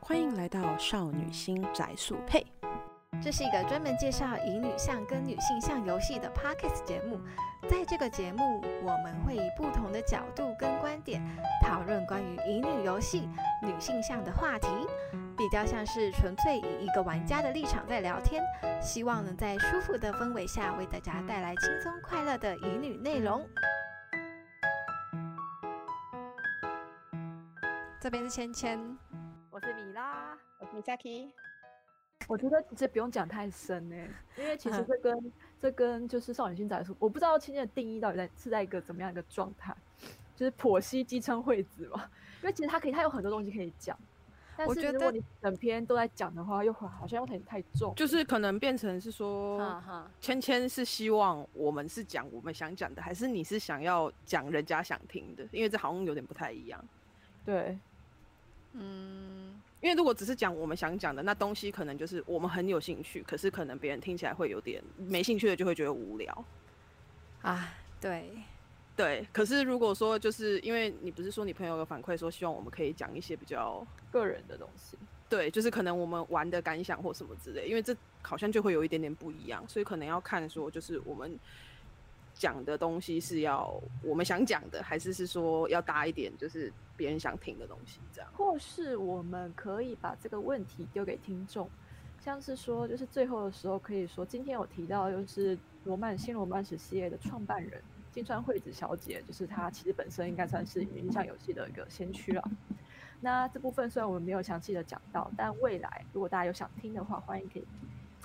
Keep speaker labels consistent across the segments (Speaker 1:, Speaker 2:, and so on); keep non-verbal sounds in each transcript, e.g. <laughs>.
Speaker 1: 欢迎来到少女心宅速配。
Speaker 2: 这是一个专门介绍以女向跟女性向游戏的 Podcast 节目。在这个节目，我们会以不同的角度跟观点，讨论关于乙女游戏、女性向的话题，比较像是纯粹以一个玩家的立场在聊天。希望能在舒服的氛围下，为大家带来轻松快乐的乙女内容。这边是芊芊，
Speaker 3: 我是米拉。
Speaker 4: 我是 Misaki，
Speaker 3: 我觉得其实不用讲太深呢、因为其
Speaker 1: 嗯
Speaker 3: 实这跟这跟就是少女心宅术，我不知道青年的定义到底在是在一个怎么样一个状态，就是剖析机称惠子嘛。 <laughs> 因为其实它可以，它有很多东西可以讲，但
Speaker 1: 我
Speaker 3: 是
Speaker 1: 觉
Speaker 3: 如果
Speaker 1: 得
Speaker 3: 你整篇都在讲的话，又好好像有点太重。
Speaker 5: 就是可能变成是
Speaker 6: 嗯
Speaker 5: 说，
Speaker 2: 哈，
Speaker 5: 芊芊是希望我们是讲我们想讲的，还是你是想要讲人家想听的？因为这好像有点不太一样。
Speaker 3: 对，
Speaker 2: 嗯，
Speaker 5: 因为如果只是讲我们想讲的，那东西可能就是我们很有兴趣，可是可能别人听起来会有点没兴趣的，就会觉得无聊。
Speaker 2: 啊，对，
Speaker 5: 对，可是如果说就是因为你不是说你朋友有反馈说希望我们可以讲一些比较
Speaker 3: 个人的东西。
Speaker 5: 对，就是可能我们玩的感想或什么之类，因为这好像就会有一点点不一样，所以可能要看说，就是我们讲的东西是要我们想讲的，还是是说要搭一点就是别人想听的东西这样。
Speaker 3: 或是我们可以把这个问题丢给听众，像是说，就是最后的时候可以说，今天有提到就是罗曼新罗曼史系列的创办人金川惠子小姐，就是她其实本身应该算是影响游戏的一个先驱了。那这部分虽然我们没有详细的讲到，但未来如果大家有想听的话，欢迎可以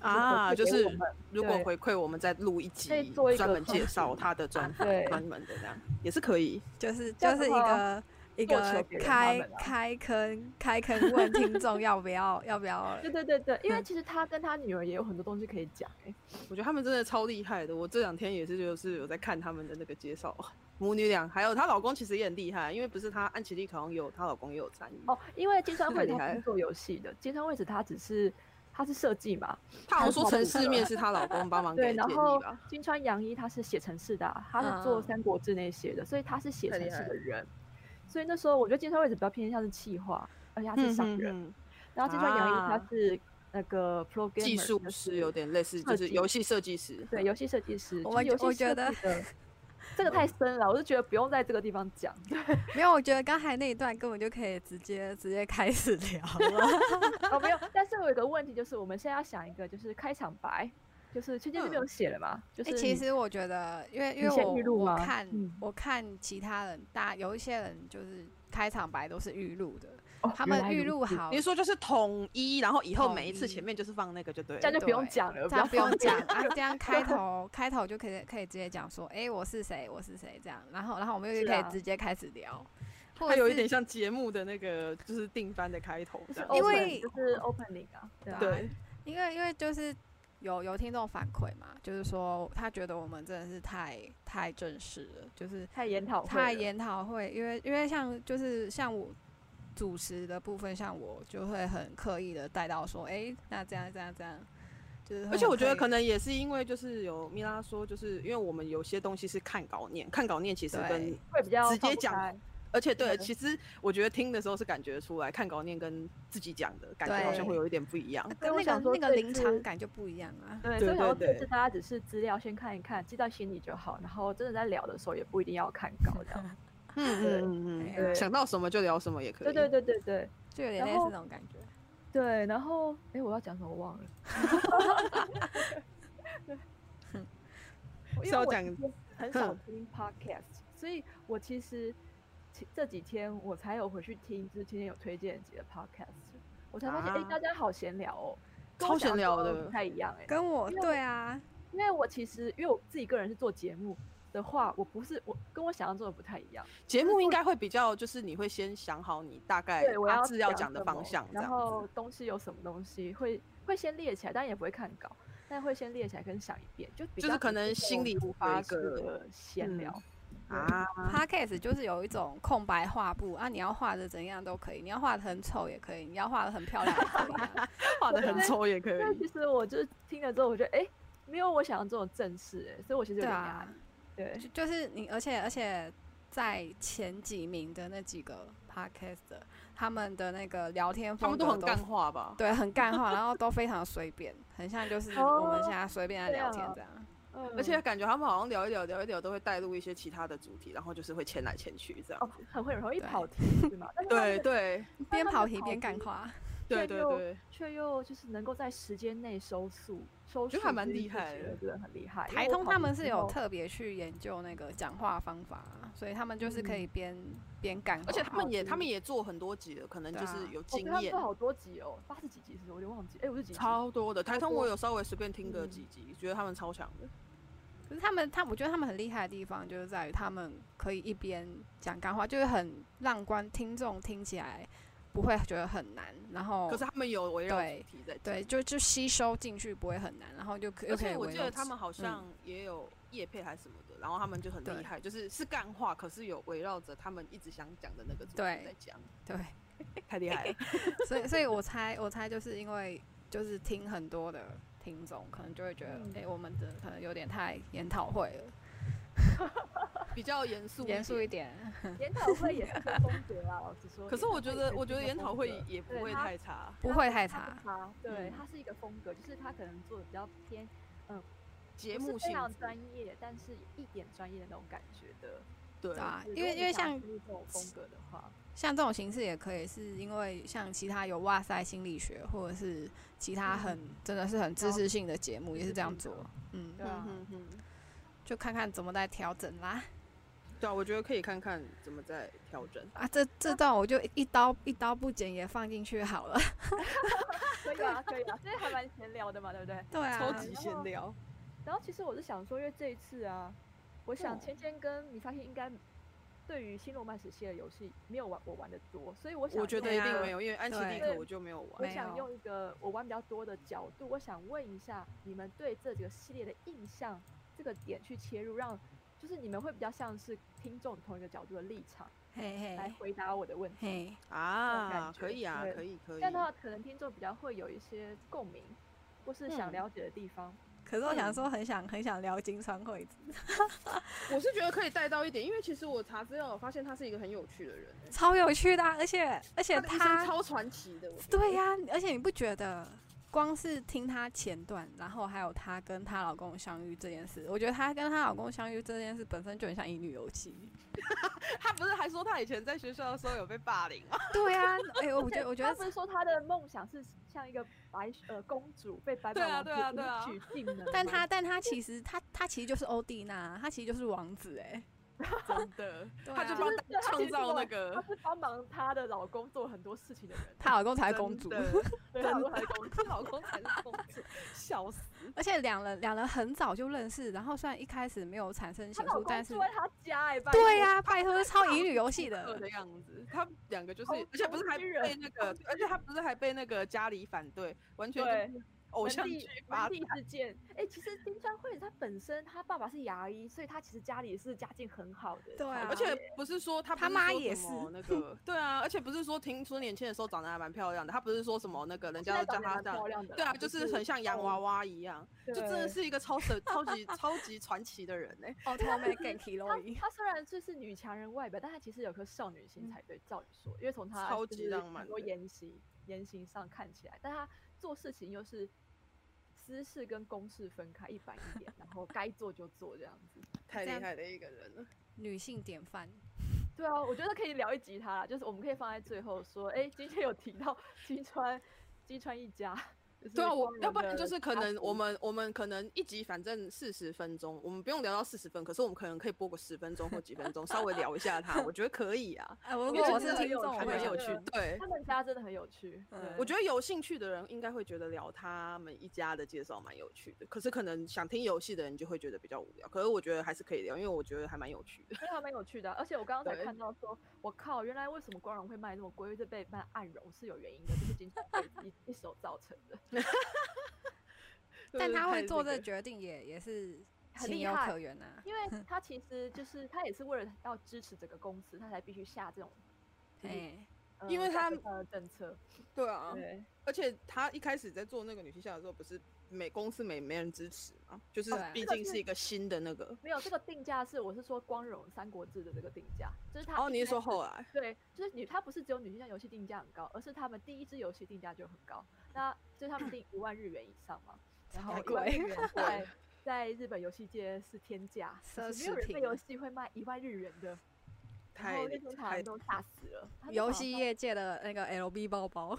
Speaker 5: 啊，就
Speaker 3: 回馈给
Speaker 5: 是
Speaker 3: 我们
Speaker 5: 如果
Speaker 3: 对
Speaker 5: 回馈我们再录一
Speaker 3: 可以
Speaker 5: 集，
Speaker 3: 做一个
Speaker 5: 专门介
Speaker 3: 方
Speaker 5: 绍
Speaker 3: 式
Speaker 5: 他的
Speaker 3: <laughs>
Speaker 5: 专访
Speaker 3: 对，
Speaker 5: 专门的这样也是可以。
Speaker 6: 就是就
Speaker 3: 这样
Speaker 6: 是
Speaker 3: 的
Speaker 6: 一
Speaker 3: 话
Speaker 6: 个一
Speaker 3: 做球
Speaker 6: 个
Speaker 3: 给人他
Speaker 6: 开
Speaker 3: 们啊
Speaker 6: 开坑开坑问听众要不要要不要
Speaker 3: 对对对对，因为其实她跟她女儿也有很多东西可以讲、欸，
Speaker 5: 我觉得他们真的超厉害的。我这两天也是，就是有在看他们的那个介绍， <laughs> 母女俩，还有她老公其实也很厉害，因为不是她安琪丽好像也有她老公也有参与。
Speaker 3: 哦，因为金川
Speaker 5: 太
Speaker 3: 惠
Speaker 5: 厉
Speaker 3: 子
Speaker 5: 害
Speaker 3: 她
Speaker 5: 了
Speaker 3: 不是做游戏的，金川惠子她只是她是设计嘛，
Speaker 5: 她好像说城市面是她老公帮忙
Speaker 3: <laughs>
Speaker 5: 给
Speaker 3: 对，
Speaker 5: 的建
Speaker 3: 然
Speaker 5: 议
Speaker 3: 后
Speaker 5: 吧？
Speaker 3: 金川洋一他是写城市的啊、他是
Speaker 6: 嗯
Speaker 3: 做《三国志》那些的，所以他是写城市的人。所以那时候我觉得金川惠子比较偏向是企划，而且他是商人。
Speaker 5: 嗯嗯
Speaker 3: 然后金川洋一
Speaker 5: 啊
Speaker 3: 他是那个 pro
Speaker 5: 嗯
Speaker 3: gamer，
Speaker 5: 技术
Speaker 3: 就是
Speaker 5: 师有点类似，
Speaker 3: 设
Speaker 5: 就
Speaker 3: 计
Speaker 5: 是游戏设计师。
Speaker 3: 对游戏设计师。
Speaker 6: 我
Speaker 3: 就是游戏
Speaker 6: 我觉得
Speaker 3: 设计
Speaker 6: <laughs>
Speaker 3: 的这个太深了，我就觉得不用在这个地方讲。 <laughs>
Speaker 6: 没有，我觉得刚才那一段根本就可以直接直接开始聊了。
Speaker 3: 哦，没有。但是我有个问题，就是我们现在要想一个，就是开场白，就是芊芊这边有写了嘛？ <laughs> 就是
Speaker 6: 欸、
Speaker 3: 你、
Speaker 6: 其实我觉得，因为因为
Speaker 3: 你先
Speaker 6: 我
Speaker 3: 预录
Speaker 6: 我
Speaker 3: 吗
Speaker 6: 看、
Speaker 3: 嗯
Speaker 6: 我看其他人大有一些人就是开场白都是预录的，
Speaker 3: 哦
Speaker 6: 他
Speaker 3: 原
Speaker 6: 们
Speaker 3: 来
Speaker 6: 预
Speaker 3: 如
Speaker 6: 录
Speaker 3: 此
Speaker 6: 好
Speaker 5: 你，是说就是统一，然后以后
Speaker 6: 统
Speaker 5: 每一次
Speaker 6: 一
Speaker 5: 前面就是放那个就对
Speaker 3: 这样
Speaker 5: 了。
Speaker 3: 就不用
Speaker 6: 对
Speaker 3: 讲了，
Speaker 6: 这样不
Speaker 3: 比
Speaker 6: 用
Speaker 3: 较方便
Speaker 6: 讲啊，这样开
Speaker 3: <laughs>
Speaker 6: 头开头就可以可以直接讲说，哎、我是谁，我是谁这样，然后然后我们
Speaker 3: 是
Speaker 6: 就可以
Speaker 3: 啊
Speaker 6: 直接开始聊，或
Speaker 5: 它
Speaker 6: 者
Speaker 5: 有一
Speaker 6: 是
Speaker 5: 点像节目的那个，就是定番的开头这样。
Speaker 6: 因
Speaker 3: open，
Speaker 6: 为
Speaker 3: 就是 opening 啊，对啊
Speaker 6: 对
Speaker 5: 对，
Speaker 6: 因为因为就是有有听众反馈嘛，就是说他觉得我们真的是太太正式了，就是
Speaker 3: 太研讨会哦了
Speaker 6: 太研讨会，因为因为像就是像我主持的部分，像我就会很刻意的带到说，诶，那这样这样这样，就是会
Speaker 5: 而且我觉得
Speaker 6: 很刻
Speaker 5: 可
Speaker 6: 意
Speaker 5: 能也是因为就是有米拉说，就是因为我们有些东西是看稿念，看稿念其实跟
Speaker 6: 对
Speaker 3: 会比较
Speaker 5: 直接
Speaker 3: 放不
Speaker 5: 讲
Speaker 3: 开
Speaker 5: 而且
Speaker 3: 对
Speaker 5: 对，其实我觉得听的时候是感觉出来，看稿念跟自己讲的感觉
Speaker 6: 对
Speaker 5: 好像会有一点不一样
Speaker 6: 那。
Speaker 3: 所
Speaker 6: 跟那
Speaker 3: 以我想
Speaker 6: 个
Speaker 3: 说
Speaker 6: 那个
Speaker 3: 这
Speaker 6: 临
Speaker 3: 次
Speaker 6: 场感就不一样啊。
Speaker 3: 对，
Speaker 5: 对
Speaker 3: 所以
Speaker 5: 对
Speaker 3: 想要这
Speaker 5: 对
Speaker 3: 次大家只是资料先看一看，记到心里就好，然后真的在聊的时候也不一定要看稿这
Speaker 5: <laughs>
Speaker 3: 样。
Speaker 5: 嗯嗯嗯
Speaker 6: 对
Speaker 5: 嗯，想到什么就聊什么也可以。
Speaker 3: 对对对对对
Speaker 6: 就有点类
Speaker 3: 然
Speaker 6: 似
Speaker 3: 后
Speaker 6: 那种感觉。
Speaker 3: 对，然后哎，我要讲什么我
Speaker 5: <laughs>
Speaker 3: 忘了。因为
Speaker 5: 是要
Speaker 3: 我
Speaker 5: 讲
Speaker 3: 其实很少
Speaker 5: 哼
Speaker 3: 听 podcast，所以我其实其这几天我才有回去听，就是今天有推荐几个 podcast，我才发现哎、
Speaker 5: 啊
Speaker 3: 大家好闲聊哦，跟
Speaker 5: 超
Speaker 3: 我想
Speaker 5: 闲聊
Speaker 3: 象中
Speaker 5: 的
Speaker 3: 不太一样哎、
Speaker 6: 跟我
Speaker 3: 因为
Speaker 6: 对啊，
Speaker 3: 因为我其实因为我自己个人是做节目的话，我不是我跟我想象中的不太一样。
Speaker 5: 节目应该会比较，就是你会先想好你大概
Speaker 3: 对，我
Speaker 5: 大
Speaker 3: 要
Speaker 5: 致哎要
Speaker 3: 讲
Speaker 5: 讲的
Speaker 3: 什么
Speaker 5: 方向，这
Speaker 3: 然
Speaker 5: 样子。
Speaker 3: 后东西有什么东西会会先列起来，但也不会看稿，但会先列起来跟想一遍，就比
Speaker 5: 就是
Speaker 3: 较
Speaker 5: 可能
Speaker 3: 不是
Speaker 5: 心里
Speaker 3: 那种
Speaker 5: 突发
Speaker 3: 随式
Speaker 5: 个
Speaker 3: 的闲
Speaker 5: 嗯
Speaker 3: 聊。
Speaker 5: 啊，
Speaker 6: Podcast 就是有一种空白画布啊，你要画的怎样都可以，你要画的很丑也可以，你要画的很漂亮也可以啊、
Speaker 5: 画的很丑也可
Speaker 3: 但
Speaker 5: 以。
Speaker 3: 其实我就是听了之后，我觉得哎、没有我想象中的正式、哎，所以我其实有
Speaker 6: 对
Speaker 3: 点压
Speaker 6: 啊
Speaker 3: 力。，对
Speaker 6: 就就是你，而且而且在前几名的那几个 Podcast，他们的那个聊天
Speaker 5: 他
Speaker 6: 风
Speaker 5: 们
Speaker 6: 格
Speaker 5: 都很
Speaker 6: 都
Speaker 5: 干话吧？
Speaker 6: 对，很干话，然后都非常随便，很像就是
Speaker 5: 哦
Speaker 6: 我们现在随便在
Speaker 3: 这
Speaker 6: 聊
Speaker 3: 样
Speaker 6: 天
Speaker 5: 嗯
Speaker 3: 哦
Speaker 6: 这样。
Speaker 5: 而
Speaker 3: 而
Speaker 5: 且感觉他们好像聊一聊，聊一聊都会带入一些其他的主题，然后就是会牵来牵去这样。
Speaker 3: 哦，很会很容易
Speaker 6: 对
Speaker 3: 跑题，对吗？
Speaker 5: <laughs>
Speaker 3: 但是他
Speaker 5: 对
Speaker 3: 们
Speaker 5: 对
Speaker 6: 边
Speaker 3: 他们
Speaker 6: 跑
Speaker 3: 的
Speaker 6: 题
Speaker 3: 跑
Speaker 6: 边干
Speaker 3: 题
Speaker 6: 话，
Speaker 5: 对
Speaker 3: 却
Speaker 5: 对
Speaker 3: 又
Speaker 5: 对，
Speaker 3: 却又就是能够在时间内收束，收
Speaker 5: 觉
Speaker 3: 束
Speaker 5: 得还蛮
Speaker 3: 这件
Speaker 5: 厉
Speaker 3: 事
Speaker 5: 害
Speaker 3: 情
Speaker 5: 的
Speaker 3: 我觉得很厉害。因为
Speaker 6: 台
Speaker 3: 我
Speaker 6: 通
Speaker 3: 跑
Speaker 6: 他
Speaker 3: 题
Speaker 6: 们
Speaker 3: 之
Speaker 6: 是有
Speaker 3: 后哦
Speaker 6: 特别去研究那个讲话方法啊，所以他们就是可以边边干话，
Speaker 5: 而且他们也
Speaker 3: 好
Speaker 5: 他们也做很多集了，可能
Speaker 6: 对
Speaker 5: 就是
Speaker 6: 啊
Speaker 5: 有
Speaker 3: 哦我觉
Speaker 5: 经
Speaker 3: 得他们
Speaker 5: 验
Speaker 3: 做，好多集哦，八十几集是不是？我有点忘记，哎，五十几集。
Speaker 5: 超多的。台通
Speaker 3: 多
Speaker 5: 我有稍微随便听个
Speaker 3: 嗯
Speaker 5: 几集，觉得他们超强的。
Speaker 6: 可是他们他我觉得他们很厉害的地方就是在于他们可以一边讲干话，就是很让观听众听起来不会觉得很难，然后
Speaker 3: 哦
Speaker 5: 可是他们有围绕主
Speaker 6: 对
Speaker 5: 题在讲
Speaker 6: 对就就吸收进去不会很难，然后就可
Speaker 5: 而
Speaker 6: 又可以
Speaker 5: 且我
Speaker 6: 围
Speaker 5: 记
Speaker 6: 绕
Speaker 5: 得
Speaker 6: 住
Speaker 5: 他们好像也有叶配还是什么的，然后他们就
Speaker 6: 嗯
Speaker 5: 很
Speaker 6: 对
Speaker 5: 厉害，就是是干话，可是有围绕着他们一直想讲的那个主题
Speaker 6: 对
Speaker 5: 在讲，
Speaker 6: 对，
Speaker 5: 太厉
Speaker 6: <laughs>
Speaker 5: 害了。
Speaker 6: 所以所以我猜我猜就是因为就是听很多的听众可能就会觉得
Speaker 3: 嗯
Speaker 6: 哎、诶我们的可能有点太研讨会了。
Speaker 5: 比较严肃，
Speaker 6: 严肃一。点，
Speaker 3: 研讨会也是 <laughs> 一个风格啊，老实说。
Speaker 5: 可是
Speaker 3: 研
Speaker 5: 我
Speaker 3: 讨
Speaker 5: 觉
Speaker 3: 会
Speaker 5: 得
Speaker 3: 也，是一
Speaker 5: 我觉得
Speaker 3: 个
Speaker 5: 研
Speaker 3: 风
Speaker 5: 讨会
Speaker 3: 格
Speaker 5: 也不
Speaker 3: 对
Speaker 5: 会
Speaker 3: 他
Speaker 5: 太差。
Speaker 6: 不会太
Speaker 3: 它
Speaker 6: <laughs> 差
Speaker 3: 不。差，对，
Speaker 5: 嗯
Speaker 3: 它是一个风格，就是它可能做的比较偏
Speaker 5: 节
Speaker 3: 不是
Speaker 5: 目
Speaker 3: 非
Speaker 5: 性
Speaker 3: 常
Speaker 5: 质
Speaker 3: 专业，但是一点专业的那种感觉的。
Speaker 5: 对
Speaker 6: 对啊，
Speaker 3: 就是
Speaker 6: 因为
Speaker 3: 如果你
Speaker 6: 因为
Speaker 3: 想
Speaker 6: 像
Speaker 3: 进入这种风格的话，
Speaker 6: 像这种形式也可以，是因为像其他有哇塞心理学或者是其他很、真的是很嗯知识性的节目也是这样做，嗯，
Speaker 3: 对啊，
Speaker 5: 嗯嗯，
Speaker 6: 就看看怎么来调整 <laughs> 啦。
Speaker 5: 对啊，我觉得可以看看怎么再调整。
Speaker 6: 啊，这这段我就一刀一刀不剪也放进去好了。
Speaker 3: 可以啊，可以啊，这还蛮闲聊的嘛，对不对？
Speaker 6: 对啊，
Speaker 5: 超级
Speaker 3: 然后
Speaker 5: 闲聊，
Speaker 3: 然后其实我是想说，因为这一次啊，我想
Speaker 5: 嗯
Speaker 3: 芊芊跟米发现应该对于新罗曼史系的游戏没有玩我玩的多，所以我想
Speaker 5: 我觉
Speaker 3: 用
Speaker 5: 得一定
Speaker 6: 对啊
Speaker 5: 没有，因为安琪丽
Speaker 6: 对
Speaker 5: 可我就没有
Speaker 3: 我
Speaker 5: 玩。
Speaker 6: 没
Speaker 3: 想
Speaker 6: 有
Speaker 3: 用一个我玩比较多的角度，我想问一下你们对这几个系列的印象这个点去切入，让就是你们会比较像是听众同一个角度的立场
Speaker 6: <laughs> 嘿
Speaker 3: 来
Speaker 6: 嘿
Speaker 3: 回答我的问题。
Speaker 6: 嘿，
Speaker 5: 啊
Speaker 3: 感，觉
Speaker 5: 可以啊，
Speaker 3: 对
Speaker 5: 可以可
Speaker 3: 这
Speaker 5: 以。
Speaker 3: 样的话，可能听众比较会有一些共鸣，或是想
Speaker 5: 嗯
Speaker 3: 了解的地方。
Speaker 6: 可是我想说很想很想聊金川惠子，
Speaker 5: 我是觉得可以带到一点，因为其实我查资料，我发现他是一个很有趣的人，
Speaker 6: 超有趣的啊、而且而且
Speaker 5: 他的一生
Speaker 6: 他
Speaker 5: 超传奇的。我觉得
Speaker 6: 对呀、而且你不觉得光是听她前段，然后还有她跟她老公相遇这件事，我觉得她跟她老公相遇这件事本身就很像《乙女游戏
Speaker 5: 他不是还说他以前在学校的时候有被霸凌吗？》。
Speaker 6: 对啊，哎、我
Speaker 3: 对
Speaker 6: 觉得我觉
Speaker 3: 他不
Speaker 6: 得
Speaker 3: 是说他的梦想是像一个白呃公主被白
Speaker 5: 对
Speaker 3: 马
Speaker 5: 啊
Speaker 3: 王子
Speaker 5: 对啊对啊
Speaker 3: 迎娶进门吗，
Speaker 6: 但她但她其实她她其实就是欧蒂娜，她其实就是王子哎、
Speaker 5: <laughs> 真的，
Speaker 6: 对
Speaker 5: 他就
Speaker 6: 啊
Speaker 5: 帮
Speaker 3: 是
Speaker 5: 他创造那
Speaker 3: 她
Speaker 5: 个
Speaker 3: 是帮忙她的老公做很多事情的人，
Speaker 6: 她老公才是公主，
Speaker 5: 真的
Speaker 3: 对啊
Speaker 5: 真
Speaker 3: 她老公才
Speaker 5: 的
Speaker 3: 是公主，
Speaker 5: 她老公才是公主，笑死！
Speaker 6: 而且两人两人很早就认识，然后虽然一开始没有产生
Speaker 3: 她
Speaker 6: 情
Speaker 3: 老
Speaker 6: 愫，但
Speaker 3: 公
Speaker 6: 是
Speaker 3: 住在她家哎、拜
Speaker 6: 对
Speaker 3: 托
Speaker 5: 啊
Speaker 6: 呀、拜托，超乙女游戏
Speaker 5: 恶
Speaker 6: 的，
Speaker 5: 的样子，他们两个就是
Speaker 3: 好，
Speaker 5: 而且不是还
Speaker 3: 好居人
Speaker 5: 被那个，而且他不是还被那个家里反对，完全就是偶像
Speaker 3: 门
Speaker 5: 剧
Speaker 3: 第
Speaker 5: 发
Speaker 3: 门第之见，哎、其实丁香慧她本身她爸爸是牙医，所以她其实家里也是家境很好的，
Speaker 6: 对啊
Speaker 5: 而且不是说他不
Speaker 6: 他
Speaker 5: 是
Speaker 6: 妈
Speaker 5: 说
Speaker 6: 也
Speaker 5: 什
Speaker 6: 是
Speaker 5: 么那个，对啊，而且不是说听说年轻的时候长得还蛮漂亮的，他不是说什么那个人家
Speaker 3: 现在
Speaker 5: 都叫
Speaker 3: 长得蛮
Speaker 5: 他这样
Speaker 3: 漂，亮的啦，
Speaker 5: 对啊，就是很像洋
Speaker 3: 娃，
Speaker 5: 娃娃一样，就真的
Speaker 3: 对
Speaker 5: 是一个超神、超级、超级传奇的人呢、欸
Speaker 6: 哦，他们 g a k i
Speaker 3: 她
Speaker 5: <laughs>
Speaker 3: 她虽然就是女强人外表，但她其实有颗少女心才对。照理说，因为从她
Speaker 5: 嗯超
Speaker 3: 就
Speaker 5: 级
Speaker 3: 是
Speaker 5: 浪
Speaker 3: 很
Speaker 5: 漫
Speaker 3: 多
Speaker 5: 的
Speaker 3: 言行言行上看起来，但她做事情又是私事跟公事分开一板一眼，然后该做就做这样子。
Speaker 5: 太
Speaker 6: 这
Speaker 5: 厉
Speaker 6: 样
Speaker 5: 害的一个人了。
Speaker 6: 女性典范。
Speaker 3: 对啊，我觉得可以聊一集她啦，就是我们可以放在最后说，哎、今天有提到 <laughs> 金川金川一家。就是
Speaker 5: 对啊，我
Speaker 3: 光
Speaker 5: 要
Speaker 3: 荣
Speaker 5: 不然
Speaker 3: 的
Speaker 5: 就是可
Speaker 3: 家
Speaker 5: 能
Speaker 3: 族
Speaker 5: 我们我们可能一集反正四十分钟，我们不用聊到四十分，可是我们可能可以播个十分钟或几分钟，稍微聊一下他，我觉得可以啊。
Speaker 6: 哎、我如
Speaker 5: 因
Speaker 6: 果
Speaker 5: 为
Speaker 6: 我
Speaker 5: 真
Speaker 6: 是
Speaker 5: 的
Speaker 6: 听众，
Speaker 5: 很有
Speaker 6: 我
Speaker 5: 还
Speaker 3: 会
Speaker 5: 蛮
Speaker 3: 觉
Speaker 5: 有
Speaker 3: 得
Speaker 5: 趣。对，
Speaker 3: 他们家真的很有趣。
Speaker 6: 嗯
Speaker 3: 对
Speaker 5: 我觉得有兴趣的人应该会觉得聊他们一家的介绍蛮有趣的，可是可能想听游戏的人就会觉得比较无聊。可是我觉得还是可以聊，因为我觉得还蛮有趣的。
Speaker 3: 因为还蛮有趣的啊，而且我刚刚才
Speaker 5: 对
Speaker 3: 看到说，我靠，原来为什么光荣会卖那么贵，因为这被卖暗荣是有原因的，就是金城会
Speaker 5: <laughs>
Speaker 3: 一一手造成的，
Speaker 6: 但
Speaker 5: <laughs> 对
Speaker 6: 他
Speaker 5: 太
Speaker 6: 会做
Speaker 5: 那
Speaker 6: 这
Speaker 5: 个
Speaker 6: 决定也也是
Speaker 3: 很
Speaker 6: 情
Speaker 3: 厉
Speaker 6: 有
Speaker 3: 害
Speaker 6: 可原啊呐、
Speaker 3: 因为他其实就是他也是为了要支持整个公司，他才必须下这种
Speaker 6: 哎、
Speaker 3: 呃
Speaker 5: 因为
Speaker 3: 大
Speaker 5: 他
Speaker 3: 家的政策，
Speaker 5: 对
Speaker 6: 嗯
Speaker 5: 啊，
Speaker 3: 对，
Speaker 5: 而且他一开始在做那个女性校的时候，不是美公司没没人支持嘛，就是
Speaker 6: 对啊
Speaker 5: 毕
Speaker 3: 这个
Speaker 5: 竟
Speaker 3: 是
Speaker 5: 是一个新的那个。
Speaker 3: 没有这个定价是我是说光荣三国志的这个定价，就是他
Speaker 5: 哦，
Speaker 3: 一
Speaker 5: 你是
Speaker 3: 开
Speaker 5: 说
Speaker 3: 始
Speaker 5: 后来？
Speaker 3: 对，就是女，它不是只有女性向游戏定价很高，而是他们第一支游戏定价就很高，那就是他们定一万日元以上嘛，然后
Speaker 6: 超
Speaker 3: 1万
Speaker 6: 贵
Speaker 3: 日
Speaker 6: <laughs>
Speaker 3: 元在在日本游戏界是天价，就
Speaker 6: 奢
Speaker 3: 是没有
Speaker 6: 侈
Speaker 3: 人
Speaker 6: 品
Speaker 3: 卖游戏会卖一万日元的，然
Speaker 5: 太
Speaker 3: 后那天台
Speaker 5: 太
Speaker 3: 湾都吓死了，他们
Speaker 6: 游
Speaker 3: 好
Speaker 6: 戏
Speaker 3: 像
Speaker 6: 业界的那个 LB 包包，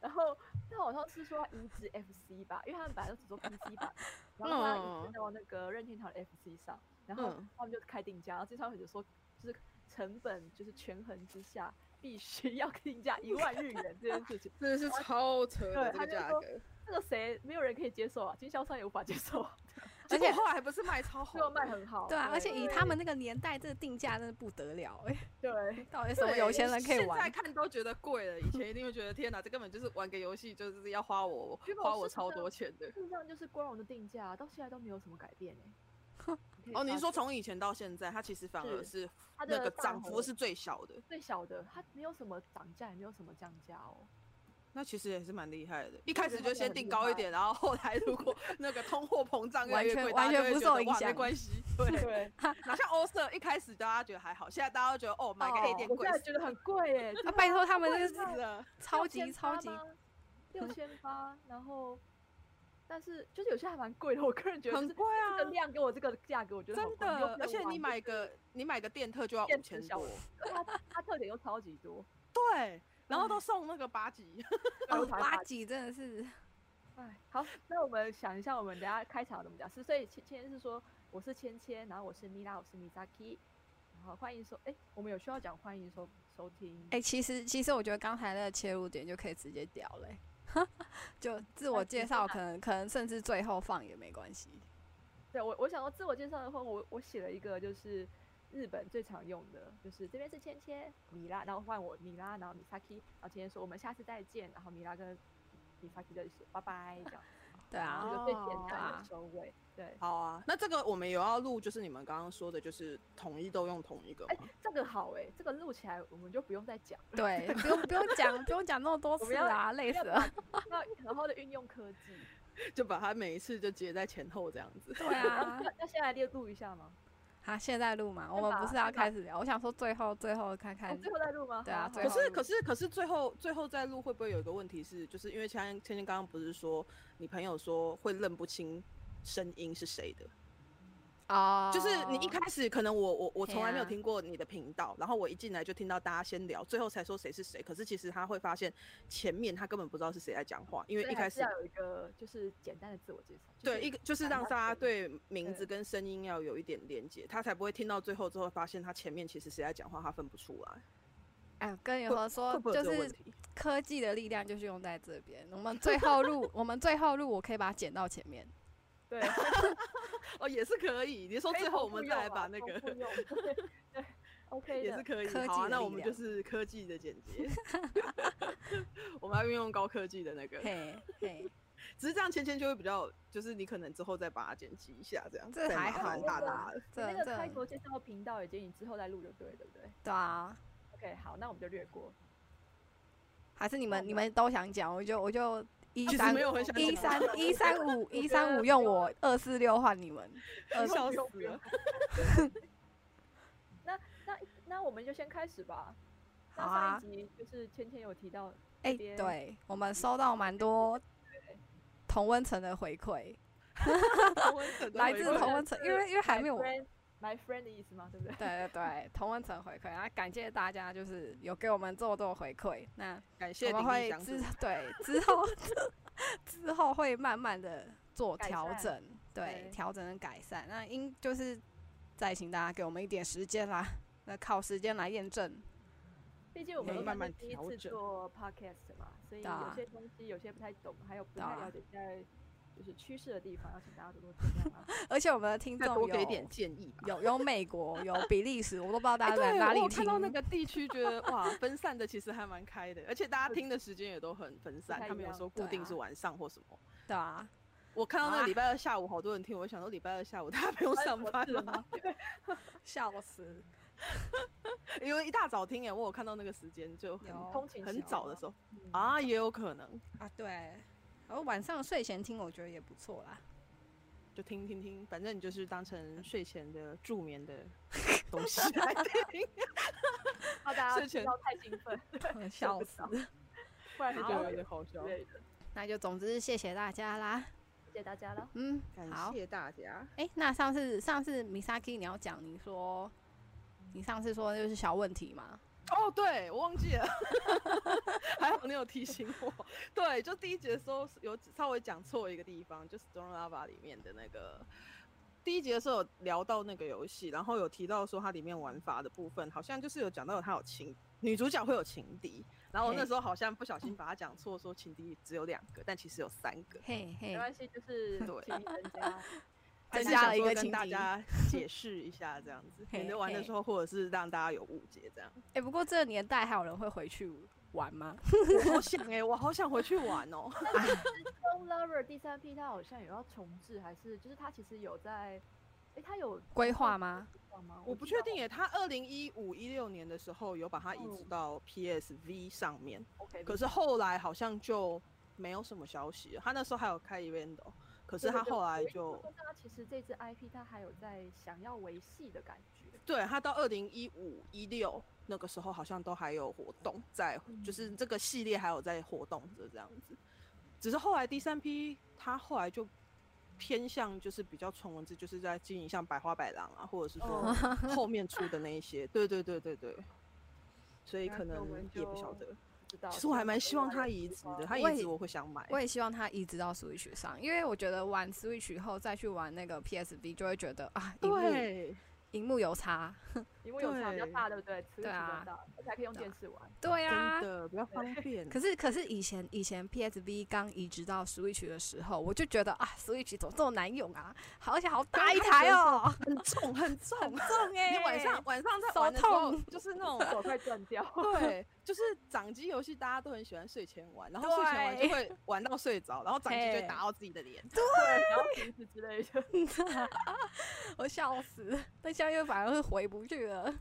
Speaker 3: 然后他好像是说要移植 FC 吧，因为他们本来都只做 PC 版，然后他移
Speaker 5: 嗯
Speaker 3: 植到那个任天堂的 FC 上，然后
Speaker 5: 嗯
Speaker 3: 他们就开定价，然后经常会就说就是成本就是权衡之下必须要定价一万日元这件事情，
Speaker 5: 真的是超扯的
Speaker 3: 对
Speaker 5: 这
Speaker 3: 他
Speaker 5: 个
Speaker 3: 就
Speaker 5: 价
Speaker 3: 说
Speaker 5: 格，
Speaker 3: 这个谁没有人可以接受啊，经销商也无法接受
Speaker 5: <laughs>
Speaker 3: 啊，
Speaker 5: 结
Speaker 6: 而
Speaker 5: 果
Speaker 6: 且
Speaker 5: 后来还不是卖超好
Speaker 3: 最后
Speaker 5: 的，
Speaker 3: 卖很好，
Speaker 6: 对啊，而且以他
Speaker 3: 们
Speaker 6: 们那个年代，这个定价真的不得了哎、
Speaker 3: 对
Speaker 6: 到底什么有钱人可以
Speaker 5: 现在
Speaker 6: 玩？
Speaker 5: 看都觉得贵了，以前一定会觉得天哪，这根本就是玩个游戏就是要花我
Speaker 3: 结果
Speaker 5: 花我
Speaker 3: 事实
Speaker 5: 超
Speaker 3: 上
Speaker 5: 多钱的。
Speaker 3: 事实上就是光荣的定价到现在都没有什么改变哎、可以
Speaker 5: <laughs> 哦，你是
Speaker 3: 发
Speaker 5: 说
Speaker 3: 现
Speaker 5: 从以前到现在，它其实反而是
Speaker 3: 它
Speaker 5: 那
Speaker 3: 的
Speaker 5: 个
Speaker 3: 大
Speaker 5: 涨
Speaker 3: 头
Speaker 5: 幅是最小的，
Speaker 3: 最小的，它没有什么涨价，也没有什么降价哦。
Speaker 5: 那其实也是蛮厉害的。一开
Speaker 3: 觉得
Speaker 5: 始就
Speaker 3: 它
Speaker 5: 先
Speaker 3: 很
Speaker 5: 定
Speaker 3: 厉
Speaker 5: 高一
Speaker 3: 害
Speaker 5: 点，然后后来
Speaker 3: <laughs>
Speaker 5: 如果那个通货膨胀越来
Speaker 6: 完
Speaker 5: 越
Speaker 6: 全
Speaker 5: 贵，
Speaker 6: 完
Speaker 5: 大家
Speaker 6: 全
Speaker 5: 就
Speaker 6: 不
Speaker 5: 会觉
Speaker 6: 受
Speaker 5: 得
Speaker 6: 影
Speaker 5: 哇没
Speaker 6: 响
Speaker 5: 关系。
Speaker 3: <laughs>
Speaker 5: 对，
Speaker 3: 对，
Speaker 5: 哪像欧色一开始大家觉得还好，现在大家都觉得哦买个 A
Speaker 3: 哦
Speaker 5: 店
Speaker 3: 我
Speaker 5: 贵
Speaker 3: 现在
Speaker 5: 死
Speaker 3: 觉得很贵耶，
Speaker 6: 啊、拜托他们那个
Speaker 5: 死
Speaker 6: 是
Speaker 5: 了。
Speaker 6: 超级超级，哦
Speaker 5: <laughs>
Speaker 3: 六千八，然后但是就是有些还蛮贵的，我个人觉得
Speaker 5: 很
Speaker 3: 就是
Speaker 5: 贵啊
Speaker 3: 这个量跟我这个价格，我觉得好
Speaker 5: 真
Speaker 3: 贵你又
Speaker 5: 的，
Speaker 3: 不
Speaker 5: 而
Speaker 3: 能
Speaker 5: 且
Speaker 3: 玩
Speaker 5: 你
Speaker 3: 就
Speaker 5: 买
Speaker 3: 是
Speaker 5: 个你买个电特就要
Speaker 3: 电
Speaker 5: 五
Speaker 3: 池
Speaker 5: 千
Speaker 3: 小
Speaker 5: 多，
Speaker 3: 它它特点又超级
Speaker 5: <laughs>
Speaker 3: 多，
Speaker 5: 对，然后
Speaker 3: 嗯
Speaker 5: 都送那个八级，
Speaker 6: 哦，
Speaker 5: <laughs>
Speaker 3: 然后
Speaker 6: 八级真的是
Speaker 3: 哎，好，那我们想一下，我们等一下开场怎么讲？是，所以芊芊是说我是芊芊，然后我是米拉，我是米扎 k 然后欢迎收，哎，我们有需要讲欢迎收收听，
Speaker 6: 哎、其实其实我觉得刚才那个切入点就可以直接聊嘞、 <laughs> 就自我介绍，可能可能甚至最后放也没关系。
Speaker 3: 对我，我想要自我介绍的话，我我写了一个就是日本最常用的，就是这边是芊芊米拉，然后换我米拉，然后米萨 k 然后芊芊说我们下次再见，然后米拉跟米萨 k 就说拜拜这样，
Speaker 6: 对啊，
Speaker 3: 这个最简单
Speaker 6: 哦
Speaker 3: 的收尾。对，
Speaker 5: 好啊，那这个我们有要录，就是你们刚刚说的，就是统一都用同一个
Speaker 3: 哎
Speaker 5: 吗？，
Speaker 3: 这个好哎，这个录起来我们就不用再讲了，
Speaker 6: 对，不用不用讲，不用讲那么多
Speaker 3: 我
Speaker 6: 次
Speaker 3: 们要
Speaker 6: 啊，累死
Speaker 3: 要
Speaker 6: 了。
Speaker 3: 要好好的运用科技。
Speaker 5: 就把它每一次就截在前后这样子。
Speaker 6: <laughs> 对
Speaker 5: <laughs>
Speaker 6: 啊，
Speaker 3: 那那现在列录一下吗？
Speaker 6: 好，现在录嘛，我
Speaker 3: 先
Speaker 6: 们
Speaker 3: 把
Speaker 6: 不是要
Speaker 3: 先把
Speaker 6: 开始聊，我想说最后最后
Speaker 5: 哦
Speaker 6: 看
Speaker 3: 我
Speaker 6: 看，
Speaker 3: 哦最后再录吗？
Speaker 6: 对啊
Speaker 3: 好好
Speaker 6: 最
Speaker 5: 可
Speaker 6: 后
Speaker 5: 是可是可是最后最后再录会不会有一个问题是，就是因为芊芊芊刚刚不是说你朋友说会认不清声音是谁的，
Speaker 6: 哦，
Speaker 5: 就是你一开始可能我我我从来没有
Speaker 6: 嘿啊
Speaker 5: 听过你的频道，然后我一进来就听到大家先聊，最后才说谁是谁。可是其实他会发现前面他根本不知道是谁在讲话，因为
Speaker 3: 所
Speaker 5: 一
Speaker 3: 以
Speaker 5: 开
Speaker 3: 还是
Speaker 5: 始
Speaker 3: 要有一个就是简单的自我介绍。就
Speaker 5: 对
Speaker 3: 是
Speaker 5: 一个就是
Speaker 3: 讲
Speaker 5: 让
Speaker 3: 到
Speaker 5: 大家
Speaker 3: 谁
Speaker 5: 对名字跟声音要有一点连接，他才不会听到最后之后发现他前面其实谁在讲话，他分不出来。
Speaker 6: 哎，跟你们
Speaker 3: 哦
Speaker 6: 说
Speaker 5: 会，不会有
Speaker 6: 就
Speaker 5: 这个问
Speaker 6: 是
Speaker 5: 题？
Speaker 6: 科技的力量就是用在这边。我们最后录，我们最后录，我可以把它剪到前
Speaker 5: <laughs>
Speaker 6: 面。
Speaker 3: 对，
Speaker 5: 哦，也是可以。你说
Speaker 3: 可以
Speaker 5: 最后我
Speaker 3: 重复
Speaker 5: 们
Speaker 3: 用
Speaker 5: 再来
Speaker 3: 啊
Speaker 5: 把那
Speaker 3: 重
Speaker 5: 个
Speaker 3: 复用对对，OK
Speaker 5: <laughs> 也
Speaker 3: 的
Speaker 5: 是可以。
Speaker 6: 科
Speaker 5: 好、
Speaker 6: 技
Speaker 5: 啊，
Speaker 6: 的
Speaker 5: 那
Speaker 6: 力
Speaker 5: 我们就
Speaker 6: 量
Speaker 5: 是科技的简洁， <laughs> 我们要运用高科技的那个。
Speaker 6: 嘿，
Speaker 5: <laughs>
Speaker 6: 嘿，
Speaker 5: 只是这样，芊芊就会比较，就是你可能之后再把它剪辑一下，这样
Speaker 6: 这
Speaker 5: 再
Speaker 6: 还
Speaker 5: 麻烦
Speaker 6: 好
Speaker 5: 大
Speaker 3: 吧
Speaker 5: 大
Speaker 6: <laughs>
Speaker 5: 的。
Speaker 3: 你
Speaker 6: 这
Speaker 3: 那个开
Speaker 6: 这
Speaker 3: 头介绍频道已经你之后再录就对了，对不对
Speaker 6: 对啊，
Speaker 3: ？OK，好，那我们就略过。
Speaker 6: 还是你们
Speaker 3: 那
Speaker 6: 你们都想讲，我就我就一
Speaker 5: 其实
Speaker 6: 三
Speaker 5: 没有很想啊
Speaker 6: 一
Speaker 5: 剪吧，
Speaker 6: 三一三
Speaker 5: <laughs>
Speaker 6: 五一
Speaker 3: 觉得
Speaker 6: 三五用我，二四六换你们。二
Speaker 3: 不
Speaker 5: 笑
Speaker 3: 用
Speaker 5: 死
Speaker 3: 不
Speaker 6: <laughs>
Speaker 3: 用
Speaker 5: 了。
Speaker 3: <laughs> 那那那我们就先开始吧。那
Speaker 6: 好啊
Speaker 3: 上一集就是芊芊有提到，
Speaker 6: 哎、
Speaker 3: 边
Speaker 6: 对我们收到蛮多同温层的回馈，
Speaker 5: 同温层的
Speaker 6: 来
Speaker 5: 回
Speaker 6: 自
Speaker 5: 馈
Speaker 6: 同温层，因为因为还没有
Speaker 3: my friend, my friend 的意思吗？对不对？
Speaker 6: 对对对同温层回馈，然后感谢大家就是有给我们这么多回馈，那
Speaker 5: 感谢
Speaker 6: 我们
Speaker 5: 林
Speaker 6: 会
Speaker 5: 毅相助
Speaker 6: 之对之后 <laughs> 之后会慢慢的做
Speaker 3: 改
Speaker 6: 调
Speaker 3: 善
Speaker 6: 整，对
Speaker 3: 对
Speaker 6: 调整跟改善，那应就是再请大家给我们一点时间啦，那靠时间来验证，
Speaker 3: 毕竟我
Speaker 5: 可以
Speaker 3: 们都
Speaker 5: 慢
Speaker 3: 是
Speaker 5: 慢
Speaker 3: 第一
Speaker 5: 调
Speaker 3: 次
Speaker 5: 整
Speaker 3: 做 podcast 嘛，所以
Speaker 6: 对啊
Speaker 3: 有些东西有些不太懂，还有不
Speaker 6: 对
Speaker 3: 太
Speaker 6: 啊
Speaker 3: 了解在就是趋势的地方，要请大家多多见谅啊。
Speaker 5: <laughs>
Speaker 6: 而且我们的听
Speaker 5: 再
Speaker 6: 众
Speaker 5: 多
Speaker 6: 有
Speaker 5: 给点建议吧。
Speaker 6: 有有美国有比利时，我都不知道大
Speaker 5: 哎
Speaker 6: 家在
Speaker 5: 对
Speaker 6: 哪
Speaker 5: 我
Speaker 6: 里
Speaker 5: 有
Speaker 6: 听
Speaker 5: 看。到那个地区，觉得 <laughs> 哇，分散的其实还蛮开的，而且大家听的时间也都很分散，
Speaker 3: 太一
Speaker 5: 他们有
Speaker 3: 样
Speaker 5: 时候
Speaker 6: 对
Speaker 5: 固定
Speaker 6: 啊
Speaker 5: 是晚上或什么。
Speaker 6: 对啊，
Speaker 5: 我看到那
Speaker 6: 好
Speaker 5: 个
Speaker 6: 啊哎
Speaker 5: 礼拜二
Speaker 6: 啊
Speaker 5: 下午好多人听，我就想说礼拜二下午大家不用上班吗？
Speaker 6: 笑死！
Speaker 5: 因为一大早听耶，欸我有看到那个时间就很
Speaker 6: 有
Speaker 3: 通勤
Speaker 5: 很
Speaker 3: 小
Speaker 5: 早的
Speaker 3: 嘛
Speaker 5: 时候
Speaker 3: 嗯
Speaker 5: 啊，也有可能
Speaker 6: 啊，对，然后晚上睡前听我觉得也不错
Speaker 5: <laughs>
Speaker 6: 啦。 <laughs>
Speaker 5: 就听听听，反正你就是当成睡前的助眠的东西 <laughs> 来听。
Speaker 3: 怕大
Speaker 5: 睡
Speaker 3: 家
Speaker 5: 前
Speaker 3: 不要太兴奋，
Speaker 6: 笑
Speaker 3: 不
Speaker 6: 死
Speaker 3: 着！不然
Speaker 5: 就
Speaker 3: 就
Speaker 5: 觉
Speaker 3: 觉
Speaker 5: 得
Speaker 3: 得
Speaker 5: 有
Speaker 3: 有
Speaker 5: 点
Speaker 3: 点
Speaker 5: 好笑
Speaker 3: 之类的。
Speaker 6: 那就总之谢谢大家啦。
Speaker 3: 谢谢大家了。
Speaker 6: 嗯，好
Speaker 5: 感，谢大家，
Speaker 6: 哎、那上次上次 Misaki 你要讲，你说你上次说的就是小问题嘛？
Speaker 5: 哦，对我忘记了， <laughs> 还好你有提醒我。对，就第一节的时候有稍微讲错一个地方，就是《Stone Lava》里面的那个。第一节的时候有聊到那个游戏，然后有提到说它里面玩法的部分，好像就是有讲到它有情女主角会有情敌，然后我那
Speaker 6: 嘿
Speaker 5: 时候好像不小心把它讲错，说情敌只有两个，但其实有三个。
Speaker 6: 嘿嘿
Speaker 3: 没，关系，就是
Speaker 5: 对
Speaker 3: 请你啊增
Speaker 5: <laughs>
Speaker 3: 加。
Speaker 6: 增
Speaker 5: 但是
Speaker 6: 加
Speaker 5: 想
Speaker 6: 了一
Speaker 5: 说
Speaker 6: 个
Speaker 5: 跟
Speaker 6: 情
Speaker 5: 大
Speaker 6: 敌 <laughs>
Speaker 5: 家解释一下这样子，
Speaker 6: 嘿
Speaker 5: 免得玩的
Speaker 6: 嘿
Speaker 5: 时候或者是让大家有误解这样。
Speaker 6: 哎、不过这个年代还有人会回去玩吗？
Speaker 5: 我好想哎、我好想回去玩哦。
Speaker 3: Stone Lover 第三批，它好像有要重置，还是就是它其实有在，哎，它有
Speaker 6: 规划吗？
Speaker 3: 吗？
Speaker 5: 我不
Speaker 3: 知道
Speaker 5: 确定。耶，他二零一五一六年的时候有把它移植
Speaker 3: 嗯
Speaker 5: 到 PSV 上面，
Speaker 3: OK，
Speaker 5: 可是后来好像就没有什么消息了。他那时候还有开 event，哦可
Speaker 3: 可
Speaker 5: 是他后来就
Speaker 3: 它其实这支 IP 它还有在想要维系的感觉。
Speaker 5: 对他到二零一五一六那个时候好像都还有活动在，
Speaker 6: 嗯
Speaker 5: 就是这个系列还有在活动着这样子。只是后来第三批，他后来就偏向就是比较纯文字，就是在经营像百花百郎啊，或者是
Speaker 6: 哦
Speaker 5: 说 <laughs> 后面出的那
Speaker 6: <laughs>
Speaker 5: 一些。对对对对对，所以
Speaker 3: 那
Speaker 5: 可
Speaker 3: 我
Speaker 5: 能
Speaker 3: 们
Speaker 5: 也不晓
Speaker 3: 就
Speaker 5: 得。
Speaker 3: 不知道。
Speaker 5: 其实我还蛮希望他
Speaker 3: 它
Speaker 5: 移植的，他
Speaker 6: 我
Speaker 5: 移
Speaker 6: 也
Speaker 5: 植我会想买。
Speaker 6: 我也希望它移植到 Switch 上，因为我觉得玩 Switch 以后再去玩那个 PSV 就会觉得啊，荧幕
Speaker 5: 对，
Speaker 6: 荧幕有差，
Speaker 3: 因为有场比较
Speaker 5: 对
Speaker 3: 大，对不对？磁力比
Speaker 6: 对
Speaker 3: 较
Speaker 6: 啊
Speaker 3: 大，而且还可以用
Speaker 6: 对啊
Speaker 3: 电视
Speaker 5: <laughs>
Speaker 3: 玩。
Speaker 6: 对啊
Speaker 5: 真。的比较方便。
Speaker 6: 可是可是以前以前 PSV 刚移植到 Switch 的时候，我就觉得啊，Switch 怎么这么难用啊，好而且好大一台哦，
Speaker 5: <laughs> 很重很重，
Speaker 6: <laughs> 很重哎、
Speaker 5: 你晚上晚上在
Speaker 6: 手
Speaker 5: 玩的时候
Speaker 6: 痛
Speaker 5: 就是那种
Speaker 3: 手快断掉。
Speaker 5: 对，就是掌机游戏，大家都很喜欢睡前玩，然后睡前玩
Speaker 6: 对
Speaker 5: 就会玩到睡着，然后掌机就会
Speaker 6: 嘿
Speaker 5: 打到自己的脸。
Speaker 3: <laughs>
Speaker 5: <laughs>
Speaker 3: 对，然后瓶子之类的。 <laughs>
Speaker 6: 我笑死，但现在又反而会回不去了。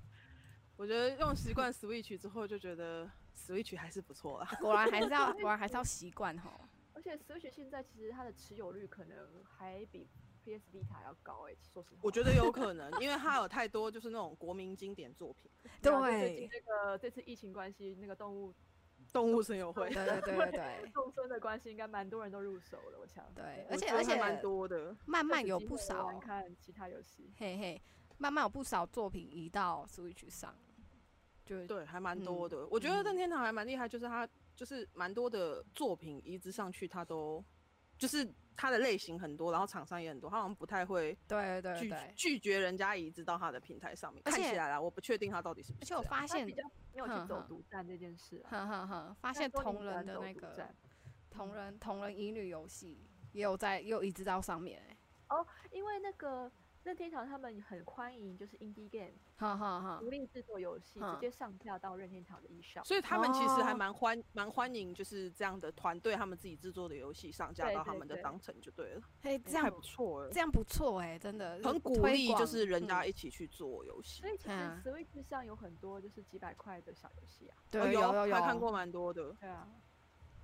Speaker 5: 我觉得用习惯 Switch 之后，就觉得 Switch 啊还是不错啦。
Speaker 6: 果然还是要，果然还是要习惯吼。
Speaker 3: 而且 Switch 现在其实它的持有率可能还比 PS Vita 还要高哎、说实话。
Speaker 5: 我觉得有可能，因为它有太多就是那种国民经典作品，
Speaker 3: 对啊就最
Speaker 6: 对，
Speaker 3: 近那个这次疫情关系，那个动物
Speaker 5: 《动物森友会
Speaker 6: 对》对对对对
Speaker 3: 动森的关系，应该蛮多人都入手了，我想。
Speaker 6: 对，
Speaker 5: 我
Speaker 6: <laughs> 而且
Speaker 5: 觉得
Speaker 6: 而
Speaker 5: 还蛮
Speaker 6: 且
Speaker 5: 多的。
Speaker 6: 慢慢有
Speaker 3: 趁此机
Speaker 6: 不
Speaker 3: 会
Speaker 6: 少哦
Speaker 3: 玩，玩看其他游戏。
Speaker 6: 嘿嘿，慢慢有不少作品移到 Switch 上，就
Speaker 5: 对，还蛮多
Speaker 6: 嗯
Speaker 5: 的。我觉
Speaker 6: 嗯
Speaker 5: 得任天堂还蛮厉害，就是它就是蛮多的作品移植上去，它都就是它的类型很多，然后厂商也很多，它好像不太会
Speaker 6: 对对对
Speaker 5: 拒
Speaker 6: 对。
Speaker 5: 拒绝人家移植到它的平台上面。
Speaker 6: 而
Speaker 5: 看
Speaker 6: 且
Speaker 5: 起来啦，我不确啊定它到底是不
Speaker 6: 而
Speaker 5: 是
Speaker 6: 且
Speaker 5: 这
Speaker 6: 我
Speaker 5: 样。
Speaker 6: 发
Speaker 3: 它
Speaker 6: 现
Speaker 3: 比，较没有去走
Speaker 6: 哼哼
Speaker 3: 独占这件事啊。
Speaker 6: 哼哼哼，发
Speaker 3: 发
Speaker 6: 现同人的那个同人同人乙女游戏也有在又移植到上面欸，
Speaker 3: 因为那个任天堂他们很欢迎，就是 indie game
Speaker 6: 哈哈哈
Speaker 3: 独。立制作游戏
Speaker 6: 嗯
Speaker 3: 直接上架到任天堂的 eShop。
Speaker 5: 所以他们其实还
Speaker 6: 哦
Speaker 5: 蛮欢蛮欢迎，就是这样的团队，他们自己制作的游戏上架
Speaker 3: 对
Speaker 5: 到他
Speaker 3: 对
Speaker 5: 们的
Speaker 3: 对
Speaker 5: 商城就对了，哎
Speaker 6: 嘿，这
Speaker 5: 还
Speaker 6: 样
Speaker 5: 不错哎，
Speaker 6: 这样不错哎，真的
Speaker 5: 很鼓
Speaker 6: 推
Speaker 5: 励
Speaker 6: 广
Speaker 5: 就是人家
Speaker 6: 嗯
Speaker 5: 一起去做游戏哦
Speaker 3: 所。以其实
Speaker 6: 嗯
Speaker 3: Switch 上有很多就是几百块的小游戏啊。
Speaker 5: 哦
Speaker 6: 对有有
Speaker 5: 还看过蛮多的，
Speaker 3: 对啊，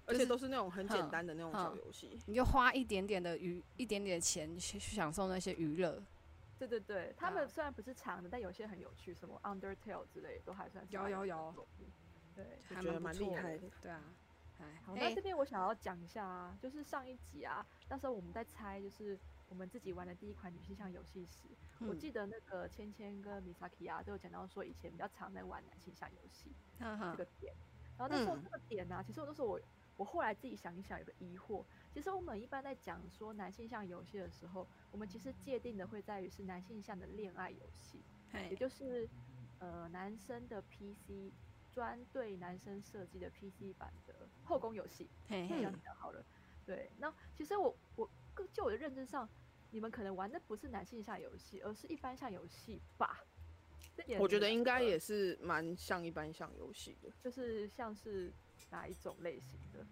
Speaker 5: 而
Speaker 6: 就
Speaker 5: 且
Speaker 6: 是
Speaker 5: 都是那种很简
Speaker 6: 哼
Speaker 5: 单的那种小
Speaker 6: 哼
Speaker 5: 游戏。
Speaker 6: 你就花一点点的娱一点点钱去去享受那些娱乐，
Speaker 3: 对对对，他
Speaker 6: 对啊
Speaker 3: 们虽然不是长的，但有些很有趣，什么 Undertale 之类的都还算是
Speaker 6: 有
Speaker 3: 蛮
Speaker 6: 有
Speaker 3: 有
Speaker 6: 有
Speaker 3: 作品。对，
Speaker 5: 我
Speaker 6: 还
Speaker 5: 觉得
Speaker 6: 不
Speaker 5: 蛮
Speaker 6: 错
Speaker 5: 厉害的。
Speaker 6: 对啊，哎，
Speaker 3: 好，
Speaker 6: 哎
Speaker 3: 那这边我想要讲一下啊，就是上一集啊，那时候我们在猜，就是我们自己玩的第一款女性向游戏时，我
Speaker 6: 嗯
Speaker 3: 记得那个芊芊跟 Misaki 啊，都有讲到说以前比较常在玩男性向游戏
Speaker 6: 哈
Speaker 3: 这
Speaker 6: 哈
Speaker 3: 个点。然后那时候
Speaker 5: 嗯
Speaker 3: 这个点呢、啊，其实我那时候我我后来自己想一想，有个疑惑。其实我们一般在讲说男性向游戏的时候，我们其实界定的会在于是男性向的恋爱游戏，也
Speaker 6: 嘿，
Speaker 3: 就是呃男生的 PC 专对男生设计的 PC 版的后宫游戏。
Speaker 6: 嘿
Speaker 5: 嗯
Speaker 3: 这
Speaker 6: 嘿
Speaker 3: 样，讲好了。对，那其实我我个就我的认知上，你们可能玩的不是男性向游戏，而是一般向游戏吧。这点
Speaker 5: 我觉得应该
Speaker 3: 呃
Speaker 5: 也是蛮像一般像游戏的，
Speaker 3: 就是像是哪一种类型的？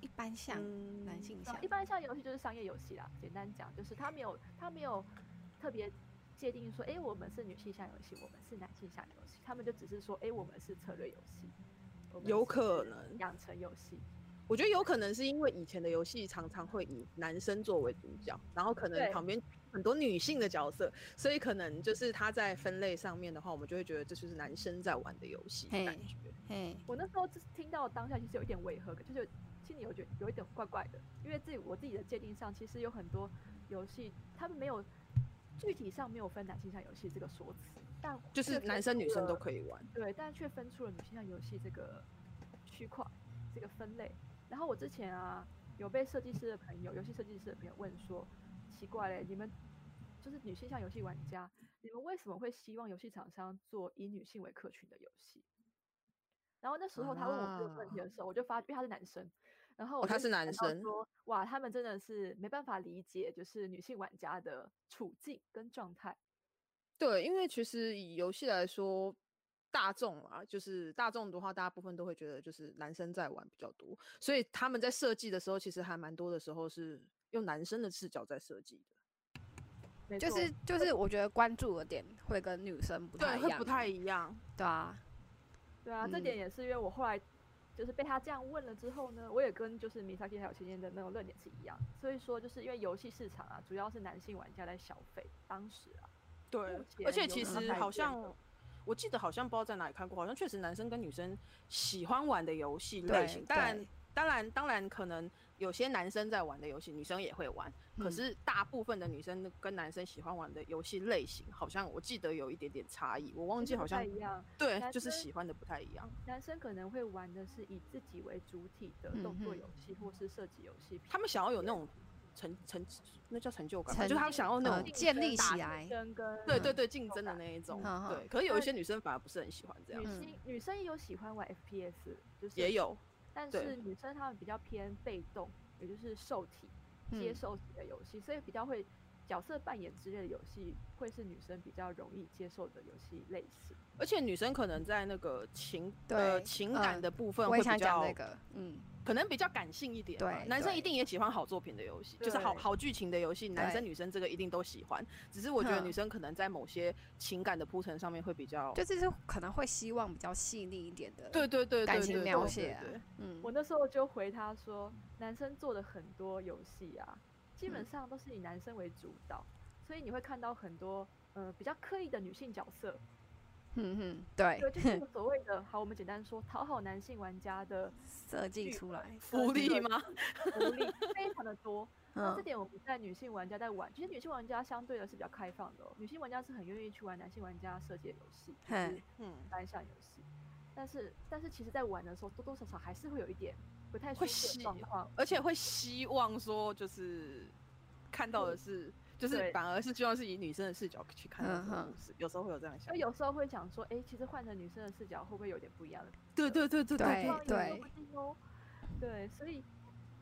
Speaker 6: 一般像
Speaker 5: 嗯
Speaker 6: 男性像
Speaker 3: 一般向游戏就是商业游戏啦，简单讲就是它没有它没有特别界定说，哎、我们是女性向游戏，我们是男性向游戏，他们就只是说，哎、我们是策略游戏，我们
Speaker 5: 有
Speaker 3: 是
Speaker 5: 可能
Speaker 3: 养成游戏，
Speaker 5: 我觉得有可能是因为以前的游戏常常会以男生作为主角，然后可能
Speaker 3: 对
Speaker 5: 旁边很多女性的角色，所以可能就是他在分类上面的话，我们就会觉得这就是男生在玩的游戏的
Speaker 6: 嘿
Speaker 5: 感觉。
Speaker 6: 嘿，
Speaker 3: 我那时候就是听到当下，其实有一点违和感，就是有心里有觉有一点怪怪的，因为自己我自己的界定上，其实有很多游戏，他们没有具体上没有分男性向游戏这个说辞，但呃
Speaker 5: 就是男生女生都
Speaker 3: 以。
Speaker 5: 可以玩，
Speaker 3: 对，但却分出了女性向游戏这个区块、这个分类。然后我之前啊，有被设计师的朋友、游戏设计师的朋友问说，奇怪嘞，你们就是女性向游戏玩家，你们为什么会希望游戏厂商做以女性为客群的游戏？然后那时候他问我这个问题的时候，我就发，因为他是男生，然后
Speaker 5: 啊哦
Speaker 3: 我
Speaker 5: 他
Speaker 3: 就是感
Speaker 5: 男
Speaker 3: 到
Speaker 5: 生
Speaker 3: 说哇，他们真的是没办法理解，就是女性玩家的处境跟状态。
Speaker 5: 对，因为其实以游戏来说，大众啊，就是大众的话，大部分都会觉得就是男生在玩比较多，所以他们在设计的时候，其实还蛮多的时候是用男生的视角在设计的，
Speaker 3: 没
Speaker 6: 就
Speaker 3: 错
Speaker 6: 是就是，我觉得关注的点会跟女生不太一样，
Speaker 5: 一样。
Speaker 6: 对啊，
Speaker 3: 对啊，这点
Speaker 5: 嗯
Speaker 3: 也是因为我后来就是被他这样问了之后呢，我也跟就是 Misaki 还有芊芊的那种论点是一样，所以说就是因为游戏市场啊，主要是男性玩家在消费，当时啊，
Speaker 5: 对
Speaker 3: 目，
Speaker 5: 而
Speaker 3: 前
Speaker 5: 且
Speaker 3: 有
Speaker 5: 其
Speaker 3: 没有
Speaker 5: 实
Speaker 3: 改
Speaker 5: 好
Speaker 3: 变
Speaker 5: 像我记得好像不知道在哪里看过，好像确实男生跟女生喜欢玩的游戏类
Speaker 6: 对
Speaker 5: 型，当然
Speaker 6: 对
Speaker 5: 当然当然可能有些男生在玩的游戏，女生也会玩，可
Speaker 6: 嗯
Speaker 5: 是大部分的女生跟男生喜欢玩的游戏类型，好像我记得有一点点差异，我忘
Speaker 3: 其
Speaker 5: 记
Speaker 3: 实
Speaker 5: 好
Speaker 3: 不太
Speaker 5: 像
Speaker 3: 一样。
Speaker 5: 对，
Speaker 3: 男
Speaker 5: 就是
Speaker 3: 生
Speaker 5: 喜欢的不太一样。
Speaker 3: 男生可能会玩的是以自己为主体的动作
Speaker 6: 嗯哼
Speaker 3: 游戏或是射击游戏，
Speaker 5: 他们想要有那种成成那叫成就感吗，
Speaker 6: 成
Speaker 5: 就是他们想要那
Speaker 6: 呃
Speaker 5: 种
Speaker 3: 竞
Speaker 6: 建立
Speaker 3: 争
Speaker 6: 起
Speaker 3: 竞
Speaker 6: 来
Speaker 3: 争跟
Speaker 5: 对对
Speaker 6: 嗯
Speaker 5: 对竞争的那一种
Speaker 6: 嗯。
Speaker 5: 对
Speaker 6: 嗯，
Speaker 5: 可是有一
Speaker 3: 但
Speaker 5: 些女生反而不是很喜欢这样
Speaker 3: 女，
Speaker 6: 嗯
Speaker 3: 性女生也有喜欢玩 FPS，就是
Speaker 5: 也有
Speaker 3: 但
Speaker 5: 对
Speaker 3: 是女生她们比较偏被动，也就是受体接
Speaker 6: 嗯
Speaker 3: 受体的游戏，所以比较会角色扮演之类的游戏会是女生比较容易接受的游戏类型。
Speaker 5: 而且女生可能在那个情呃
Speaker 6: 对
Speaker 5: 情感
Speaker 6: 嗯
Speaker 5: 的部分
Speaker 6: 我
Speaker 5: 会
Speaker 6: 也
Speaker 5: 比
Speaker 6: 想讲
Speaker 5: 较，
Speaker 6: 那个，嗯，
Speaker 5: 可能比较感性一点吧。
Speaker 6: 对
Speaker 5: 男生一
Speaker 6: 对
Speaker 5: 定也喜欢好作品的游戏，就是好
Speaker 3: 对
Speaker 5: 好剧情的游戏，男生
Speaker 6: 对
Speaker 5: 女生这个一定都喜欢。只是我觉得
Speaker 6: 哼
Speaker 5: 女生可能在某些情感的铺陈上面会比较，
Speaker 6: 就是是可能会希望比较细腻一点的，
Speaker 5: 对对对
Speaker 6: 感
Speaker 5: 对
Speaker 6: 情
Speaker 5: 对
Speaker 6: 描
Speaker 5: 对
Speaker 6: 写啊
Speaker 5: 对对
Speaker 6: 嗯
Speaker 3: 我，那时候就回她说，男生做的很多游戏啊，基
Speaker 6: 嗯
Speaker 3: 本上都是以男生为主导，所以你会看到很多呃比较刻意的女性角色，
Speaker 6: 嗯哼，对，
Speaker 3: 对，就是所谓的好，我们简单说讨好男性玩家的
Speaker 6: 设计出来，
Speaker 5: 福利吗？嗯
Speaker 3: 福
Speaker 6: <laughs>
Speaker 3: 利非常的多。那
Speaker 6: 嗯，
Speaker 3: 这点我们在女性玩家在玩，其实女性玩家相对的是比较开放的、哦，女性玩家是很愿意去玩男性玩家设计的游戏，就是
Speaker 6: 嘿
Speaker 5: 嗯，
Speaker 3: 单向游戏。但是但是其实，在玩的时候多多少少还是会有一点不太舒
Speaker 5: 会
Speaker 3: 服
Speaker 5: 吸
Speaker 3: 的状况。
Speaker 5: 而且会希望说就是看到的是，就是
Speaker 3: 对
Speaker 5: 反而是希望是以女生的视角去看到
Speaker 6: 嗯嗯
Speaker 5: 这个
Speaker 6: 哼
Speaker 5: 故事，有时候会有这样的想
Speaker 3: 所以
Speaker 5: 法。
Speaker 3: 有时候会想说，哎，其实换成女生的视角会不会有点不一样的
Speaker 5: 对对对对
Speaker 6: 对
Speaker 3: 状
Speaker 5: 对
Speaker 3: 况也说不定哦。对，所以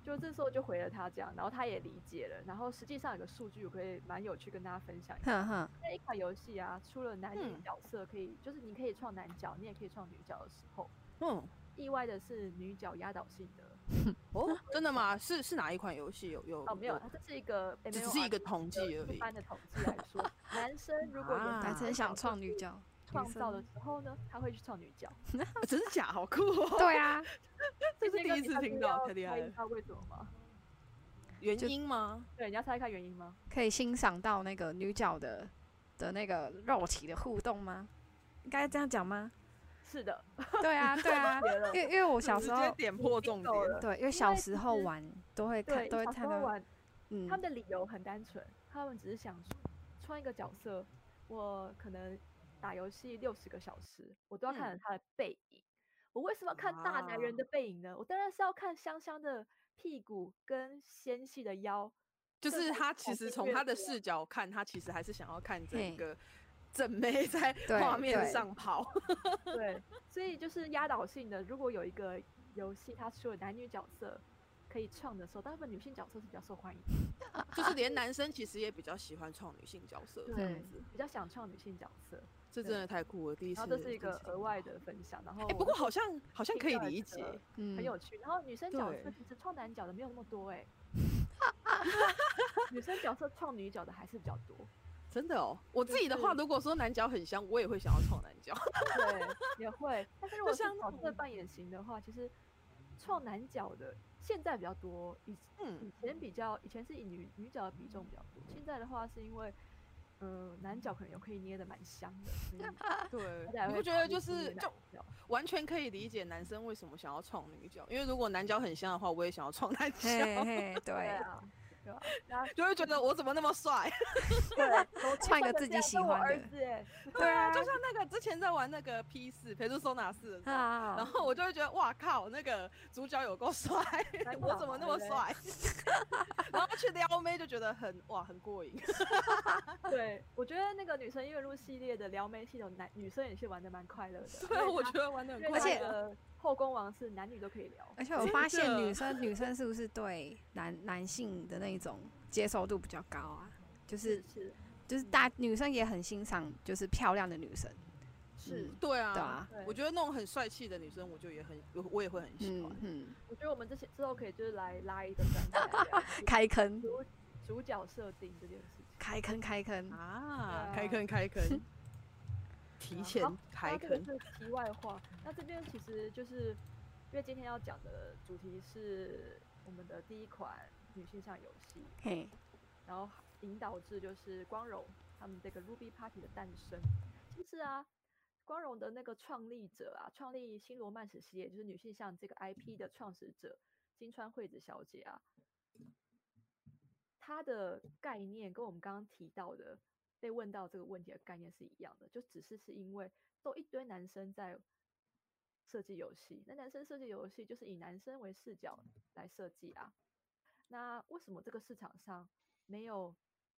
Speaker 3: 就这时候就回了他这样，然后他也理解了。然后实际上有个数据，我可以蛮有趣跟大家分
Speaker 5: <laughs>
Speaker 3: 享一下。
Speaker 6: 哼哼，
Speaker 3: 那一款游戏啊，出了男女
Speaker 5: 嗯
Speaker 3: 角色可以，就是你可以创男角，你也可以创女角的时候，
Speaker 5: 嗯，
Speaker 3: 意外的是女角压倒性的
Speaker 5: 哦，真的吗？是是哪一款游戏？有有
Speaker 3: 哦，没有，它这是一个 M
Speaker 5: 只
Speaker 3: O
Speaker 5: 是一个统计而
Speaker 3: 一
Speaker 5: 已
Speaker 3: 般的统计来
Speaker 5: <laughs>
Speaker 3: 说，男生如果有
Speaker 5: 啊
Speaker 6: 男生想创女
Speaker 3: 角
Speaker 6: 角，
Speaker 3: 色创造的
Speaker 6: 女
Speaker 3: 时候呢，他会去创女角。
Speaker 5: 啊真的假？好酷哦！
Speaker 6: 生，对啊，
Speaker 5: <laughs> 这是
Speaker 3: 这
Speaker 5: 第一次听到，太厉害
Speaker 3: 你
Speaker 5: 了
Speaker 3: 知。道为什么吗？
Speaker 5: <laughs> 原
Speaker 6: 就
Speaker 5: 因吗？
Speaker 3: 对，你要猜看原因吗？
Speaker 6: 可以欣赏到那个女角的的那个肉体的互动吗？应该这样讲吗？
Speaker 3: 是的，
Speaker 6: 对啊，对啊，因为因为我小时
Speaker 5: 直接
Speaker 6: 候，
Speaker 5: 点破重点
Speaker 3: 听懂了
Speaker 6: 对，因为小时候玩都会看，
Speaker 3: 对，
Speaker 6: 都会
Speaker 3: 小时
Speaker 6: 看
Speaker 3: 候
Speaker 6: 到，
Speaker 3: 玩，
Speaker 6: 嗯
Speaker 3: 他，们的理由很单纯，他们只是想说，穿一个角色，我可能打游戏六十个小时，我都要
Speaker 5: 嗯
Speaker 3: 看着他的背影。我为什么要看大男
Speaker 5: 啊
Speaker 3: 人的背影呢？我当然是要看香香的屁股跟纤细的腰。
Speaker 5: <laughs> 就
Speaker 3: 这
Speaker 5: 是
Speaker 3: 才
Speaker 5: 他
Speaker 3: 是
Speaker 5: 其
Speaker 3: 我
Speaker 5: 实
Speaker 3: 订
Speaker 5: 从
Speaker 3: 阅
Speaker 5: 他的
Speaker 3: 者
Speaker 5: 视角看，他其实还是想要看整
Speaker 6: 嘿
Speaker 5: 个 <laughs> 正妹在
Speaker 6: 对
Speaker 5: 画面
Speaker 6: 对
Speaker 5: 上跑。
Speaker 3: 对，所以就是压倒性的，如果有一个游戏它除了男女角色可以创的时候，大部分女性角色是比较受欢迎的，
Speaker 5: <laughs> 就是连男生其实也比较喜欢创女性角色这样
Speaker 3: 对
Speaker 5: 子，，
Speaker 3: 比较想创女性角色。
Speaker 5: 这
Speaker 3: 对
Speaker 5: 真的太酷了！第一
Speaker 3: 然后
Speaker 5: 次，
Speaker 3: 这是一个
Speaker 5: 第次
Speaker 3: 额外的分享，然后
Speaker 5: 哎，不过好像好像
Speaker 3: 听
Speaker 5: 可以
Speaker 3: 到也
Speaker 5: 理
Speaker 3: 觉
Speaker 5: 解，
Speaker 3: 得
Speaker 6: 嗯
Speaker 3: 很有趣。然后女生角色
Speaker 5: 对
Speaker 3: 其实创男角的没
Speaker 5: <laughs> <laughs>
Speaker 3: 有那么多哎、女生角色创女角的还是比较多。
Speaker 5: 真的哦，我自己的
Speaker 3: 就
Speaker 5: 话，
Speaker 3: 是
Speaker 5: 如果说南角很香，我也会想要创南角。
Speaker 3: 对，也会。但是如果是
Speaker 5: 像那
Speaker 3: 角色扮演型的话，其实臭男角的现在比较多，以
Speaker 5: 嗯
Speaker 3: 以，前比较，以前是以女女角的比重比较多，现在的话是因为，嗯、男角可能有可以捏的蛮香的，所
Speaker 5: <laughs>
Speaker 3: 以
Speaker 5: 对
Speaker 3: 大家，
Speaker 5: 你
Speaker 3: 会
Speaker 5: 不觉得
Speaker 3: 考虑
Speaker 5: 就
Speaker 3: 去捏
Speaker 5: 是
Speaker 3: 男
Speaker 5: 就
Speaker 3: 角
Speaker 5: 完全可以理解男生为什么想要创女角，因为如果男角很香的话，我也想要创男
Speaker 6: 嘿
Speaker 5: 角，
Speaker 6: 嘿，
Speaker 3: 对
Speaker 6: 对，
Speaker 3: 啊，对啊，然后
Speaker 5: 就会觉得我怎么那么帅？
Speaker 3: 对，
Speaker 6: 穿一个自己喜欢的
Speaker 3: 的，
Speaker 5: <laughs> 对啊，就像那个之前在玩那个 P 四陪住收纳四的时候，然
Speaker 6: 啊，
Speaker 5: 后我就会觉得哇靠，那个主角有够帅，
Speaker 3: 蛮
Speaker 5: <laughs> 我
Speaker 3: 好
Speaker 5: 怎
Speaker 3: 嘛
Speaker 5: 么那么
Speaker 3: 对不对
Speaker 5: 帅？ <laughs> 然后去撩妹就觉得很哇很过瘾。
Speaker 3: 对，我觉得那个女生月录系列的撩妹系统，男女生也是玩的蛮快乐的，
Speaker 5: 对， <laughs> 我觉得玩的很
Speaker 3: 因为
Speaker 5: 快
Speaker 6: 而且
Speaker 3: 它的后宫王是男女都可以聊，
Speaker 6: 而且我发现
Speaker 5: 真的
Speaker 6: 女生女生是不是对男男性的那一种接受度比较高啊？ <laughs> 就是
Speaker 3: 是
Speaker 6: 就是大女生也很欣赏就是漂亮的女生，
Speaker 3: 是
Speaker 6: 嗯，
Speaker 5: 对
Speaker 6: 对
Speaker 5: 啊
Speaker 6: 啊，
Speaker 3: 对
Speaker 5: 我觉得那种很帅气的女生，我就也很我我也会很喜欢
Speaker 6: 嗯。嗯，
Speaker 3: 我觉得我们之前之后可以就是来拉一个专题来
Speaker 6: <laughs>
Speaker 3: 聊就是
Speaker 6: 开坑
Speaker 3: 主主角设定这件事情。
Speaker 6: 开坑开坑，
Speaker 5: 啊，
Speaker 3: 对啊嗯
Speaker 5: 开坑开
Speaker 3: <laughs>
Speaker 5: 坑，提前
Speaker 3: 好
Speaker 5: 开
Speaker 3: 那这
Speaker 5: 坑，
Speaker 3: 个是题外话。那这边其实就是因为今天要讲的主题是我们的第一款女性向游戏，
Speaker 6: 嘿，
Speaker 3: 然后引导至就是光荣他们这个 Ruby Party 的诞生。其实啊，光荣的那个创立者啊，创立新罗曼史系列，就是女性向这个 IP 的创始者金川惠子小姐啊，她的概念跟我们刚刚提到的被问到这个问题的概念是一样的，就只是是因为都一堆男生在设计游戏，那男生设计游戏就是以男生为视角来设计啊。那为什么这个市场上没有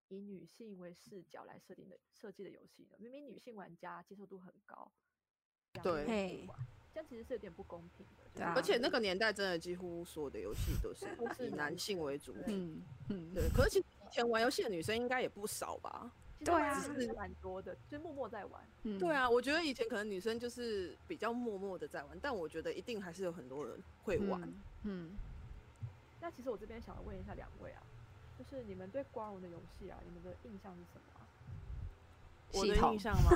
Speaker 3: 以女性为视角来设定的设计的游戏呢？明明女性玩家接受度很高，两个
Speaker 5: 对
Speaker 3: 人可以
Speaker 6: 嘿
Speaker 3: 玩这样其实是有点不公平的。就是
Speaker 6: 对啊
Speaker 5: 而且那个年代真的几乎所有的游戏都是
Speaker 3: 都是
Speaker 5: 以男性为主体。
Speaker 6: 嗯嗯，
Speaker 5: 对，可是其实以前玩游戏的女生应该也不少吧？
Speaker 3: 其实
Speaker 6: 对
Speaker 3: 玩
Speaker 6: 啊
Speaker 3: 的人还蛮多的，就是默默在玩。
Speaker 6: 嗯
Speaker 5: 对，啊，我觉得以前可能女生就是比较默默的在玩，但我觉得一定还是有很多人会玩。
Speaker 6: 嗯嗯，
Speaker 3: 那其实我这边想要问一下两位啊，就是你们对光荣的游戏啊，你们的印象是什么啊、
Speaker 5: 我的
Speaker 6: 系统
Speaker 5: 印象吗？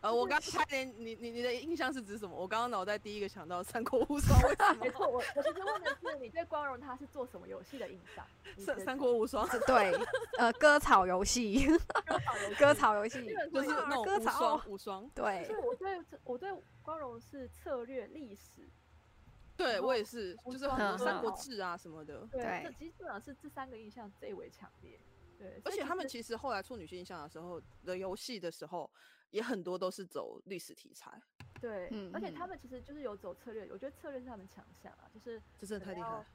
Speaker 5: 呃，我刚才连你你你的印象是指什么？我刚刚脑袋第一个想到《三国无双》，为 <laughs> 什
Speaker 3: 啊没
Speaker 5: 么？
Speaker 3: 错，我我其实问的是你对光荣它是做什么游戏的印象？你觉
Speaker 5: 三
Speaker 3: 得
Speaker 5: 三国无双
Speaker 6: 这对，呃，割草游戏，
Speaker 3: 割草游戏
Speaker 6: 割草游戏啊
Speaker 3: 基，本
Speaker 5: 就
Speaker 3: 上
Speaker 5: 是那种
Speaker 6: 割
Speaker 5: 无
Speaker 6: 草
Speaker 5: 双无双，
Speaker 3: 就
Speaker 6: 对
Speaker 3: 是，我对这我对光荣是策略历史，
Speaker 5: 对
Speaker 3: 然后
Speaker 5: 我也是，就是很
Speaker 6: 嗯
Speaker 5: 多《三
Speaker 3: 嗯
Speaker 5: 国志》啊什么的。
Speaker 3: 对，
Speaker 6: 对
Speaker 3: 这基本上是这三个印象最为强烈。对，所以
Speaker 5: 而且
Speaker 3: 其
Speaker 5: 他们
Speaker 3: 实
Speaker 5: 其实后来出女性印象的时候的游戏的时候，也很多都是走历史题材，
Speaker 3: 对，而且他
Speaker 6: 嗯
Speaker 3: 们其实就是有走策略，我觉得策略是他们强项啊，就是
Speaker 5: 这真的
Speaker 3: 可
Speaker 5: 太
Speaker 3: 能
Speaker 5: 厉害
Speaker 3: 要
Speaker 5: 了。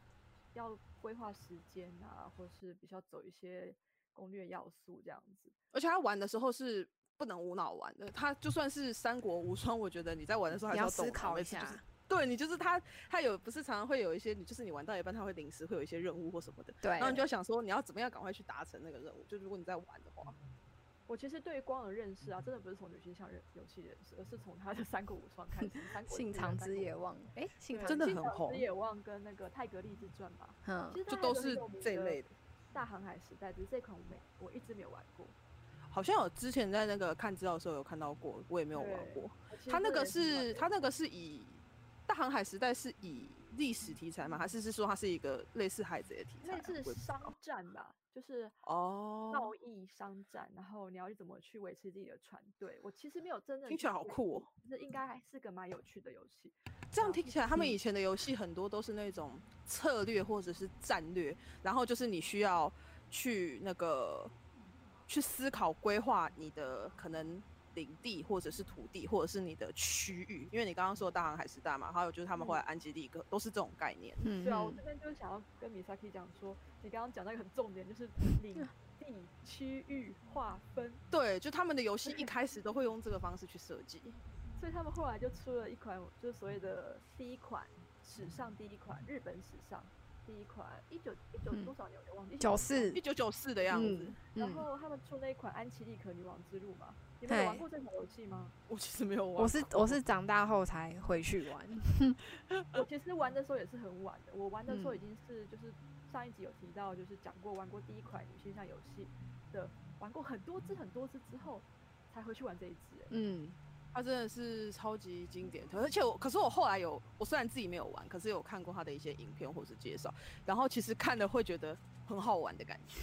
Speaker 3: 要规划时间啊，或是比较走一些攻略要素这样子。
Speaker 5: 而且他玩的时候是不能无脑玩的，他就算是三国无双，我觉得你在玩的时候还
Speaker 6: 你
Speaker 5: 是
Speaker 6: 要思
Speaker 5: 动脑
Speaker 6: 考一
Speaker 5: 而且就
Speaker 6: 下
Speaker 5: 是，对你就是他，他有不是常常会有一些，你就是你玩到一半，他会临时会有一些任务或什么的，
Speaker 6: 对
Speaker 5: 然，后你就要想说你要怎么样赶快去达成那个任务。就如果你在玩的话，
Speaker 3: 我其实对于光的认识啊，真的不是从女性向人游戏认识，而是从他的三国无双开始，三国
Speaker 6: 信
Speaker 3: 志啊
Speaker 6: 长
Speaker 3: 三
Speaker 6: 之
Speaker 3: 国
Speaker 6: 野望，哎，信
Speaker 3: 对
Speaker 6: 长
Speaker 5: 真的
Speaker 3: 信
Speaker 5: 很
Speaker 3: 长之
Speaker 5: 红
Speaker 3: 野望跟那个泰格立志传吧，
Speaker 6: 嗯
Speaker 3: 其，实
Speaker 5: 就
Speaker 3: 它啊还有
Speaker 5: 都
Speaker 3: 一个很
Speaker 5: 是
Speaker 3: 有名
Speaker 5: 这一
Speaker 3: 的
Speaker 5: 类的。
Speaker 3: 大航海时代，只是这款我没我一直没有玩过。
Speaker 5: 好像我之前在那个看资料的时候有看到过，我也没有玩
Speaker 3: 对
Speaker 5: 过。
Speaker 3: 我其实
Speaker 5: 他
Speaker 3: 真
Speaker 5: 那
Speaker 3: 的也很
Speaker 5: 个
Speaker 3: 喜欢
Speaker 5: 是
Speaker 3: 这
Speaker 5: 他那个是以大航海时代是以历史题材吗？还是是说它是一个类似海贼的题材啊？
Speaker 3: 类
Speaker 5: 我
Speaker 3: 似
Speaker 5: 也不
Speaker 3: 商战吧，就是
Speaker 5: 哦，
Speaker 3: 贸易商战，然后你要去怎么去维持自己的船队。我其实没有真的
Speaker 5: 听起来
Speaker 3: 去
Speaker 5: 好酷哦。
Speaker 3: 这应该还是个蛮有趣的游戏。
Speaker 5: 这样
Speaker 3: 啊
Speaker 5: 听起来，他
Speaker 6: 嗯
Speaker 5: 们以前的游戏很多都是那种策略或者是战略，然后就是你需要去那个去思考规划你的可能领地或者是土地或者是你的区域，因为你刚刚说大航海时代嘛，还有就是他们后来安吉利克都是这种概念。
Speaker 6: 嗯，
Speaker 3: 嗯对啊，我
Speaker 6: 嗯
Speaker 3: 这边就是想要跟米萨 i 讲说，你刚刚讲到一个很重点，就是领地区域划分。
Speaker 5: 对，就他们的游戏一开始都会用这个方式去设计。
Speaker 3: 所以他们后来就出了一款，就是所谓的第一款史上第一款日本史上第一款一九一九
Speaker 6: 嗯
Speaker 3: 多少年我有点忘记
Speaker 6: 九。四
Speaker 5: 一，九九四的样子，
Speaker 6: 嗯
Speaker 3: 然
Speaker 6: 嗯，
Speaker 3: 后他们出那一款《安琪丽可女王之路》嘛，你们有玩
Speaker 6: 对
Speaker 3: 过这款游戏吗？
Speaker 5: 我其实没有玩过。
Speaker 6: 我是我是长大后才回去玩，
Speaker 3: 我呃其实玩的时候也是很晚的，我玩的时候已
Speaker 6: 嗯
Speaker 3: 经是就是上一集有提到，就是讲过玩过第一款女性向游戏的玩过很多只很多只之后，才回去玩这一只、欸。
Speaker 5: 嗯，它真的是超级经典，而且我，可是我后来有，我虽然自己没有玩，可是有看过它的一些影片或是介绍，然后其实看了会觉得很好玩的感觉。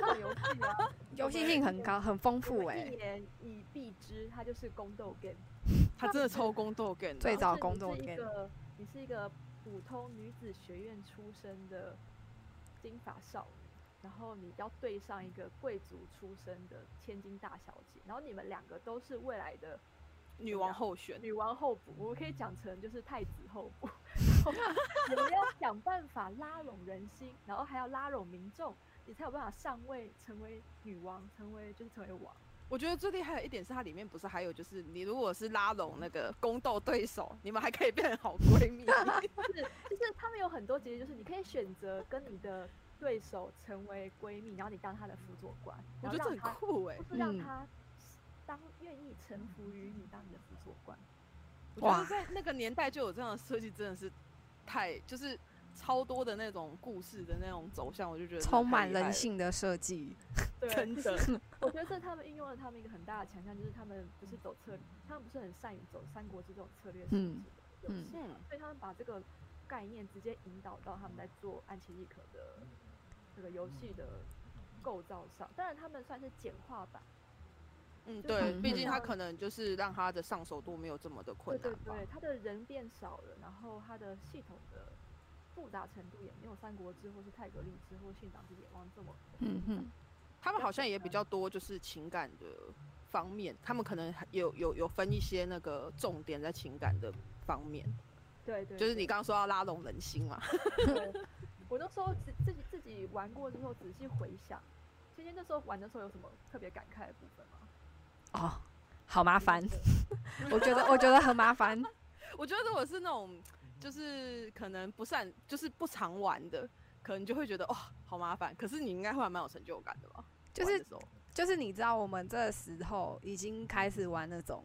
Speaker 3: 这个游戏啊，
Speaker 6: 游戏性很高，很丰富
Speaker 3: 我
Speaker 6: 哎、
Speaker 3: 一言以蔽之，它就是宫斗 game。
Speaker 5: 它真的超宫斗 game，的
Speaker 6: 最早
Speaker 3: 就是
Speaker 6: 工
Speaker 3: 你
Speaker 6: 作
Speaker 3: 是一
Speaker 6: 跟
Speaker 3: 个你是一个普通女子学院出身的金发少女，然后你要对上一个贵族出身的千金大小姐，然后你们两个都是未来的
Speaker 5: 女王候选，
Speaker 3: 女王候补，我可以讲成就是太子候补， <laughs> 然后你们要想办法拉拢人心，然后还要拉拢民众，你才有办法上位，成为女王，成为就是成为王。
Speaker 5: 我觉得最厉害的一点是它里面不是还有就是你如果是拉拢那个宫斗对手，你们还可以变成好
Speaker 6: <laughs>
Speaker 5: 闺蜜。
Speaker 3: 就是就是他们有很多结局，就是你可以选择跟你的对手成为闺蜜，然后你当她的辅佐官，
Speaker 5: 我
Speaker 3: 然
Speaker 5: 觉
Speaker 3: 后让
Speaker 5: 得这很
Speaker 3: 她
Speaker 5: 酷哎、
Speaker 3: 或是让她当愿意臣服于你当你的辅佐官。
Speaker 5: 我觉
Speaker 6: 哇
Speaker 5: 得在那个年代就有这样的设计，真的是太就是超多的那种故事的那种走向，我就觉得真的
Speaker 6: 充
Speaker 5: 太
Speaker 6: 满
Speaker 5: 厉害
Speaker 6: 人
Speaker 5: 了，
Speaker 6: 性的设计，
Speaker 3: 对，
Speaker 5: 真的。
Speaker 3: 我觉得这他们应用了他们一个很大的强项，就是他们不是走策，他们不是很善于走三国志这种策略性
Speaker 6: 嗯
Speaker 3: 质的游戏，
Speaker 5: 嗯，
Speaker 3: 所以他们把这个概念直接引导到他们在做安琪丽可的这个游戏的构造上。当然，他们算是简化版。
Speaker 5: 嗯，
Speaker 3: 就
Speaker 5: 对，
Speaker 6: 是嗯
Speaker 5: 毕竟他可能就是让他的上手度没有这么的困难
Speaker 3: 对
Speaker 5: 吧
Speaker 3: 对。对，它的人变少了，然后它的系统的复杂程度也没有《三国志》或是《泰格励志》或是《信长之野望》这么。
Speaker 6: 嗯哼，
Speaker 5: 他们好像也比较多就是情感的方面，他们可能还有有有分一些那个重点在情感的方面，
Speaker 3: 对对，
Speaker 5: 就是你
Speaker 3: 对
Speaker 5: 刚刚说要拉拢人心嘛。 <laughs>
Speaker 3: 对 <laughs> 我那时候自自己自己玩过之后仔细回想，今天那时候玩的时候有什么特别感慨的部分吗？
Speaker 6: 哦，好麻
Speaker 3: 麻
Speaker 6: 烦， <laughs> 我觉得我觉得很麻烦，
Speaker 5: 我觉得如果是那种就是可能不善就是不常玩的，可能就会觉得哇、好麻烦。可是你应该会还蛮有成就感的吧？
Speaker 6: 就
Speaker 5: 玩
Speaker 6: 是
Speaker 5: 的时候
Speaker 6: 就是你知道，我们这时候已经开始玩那种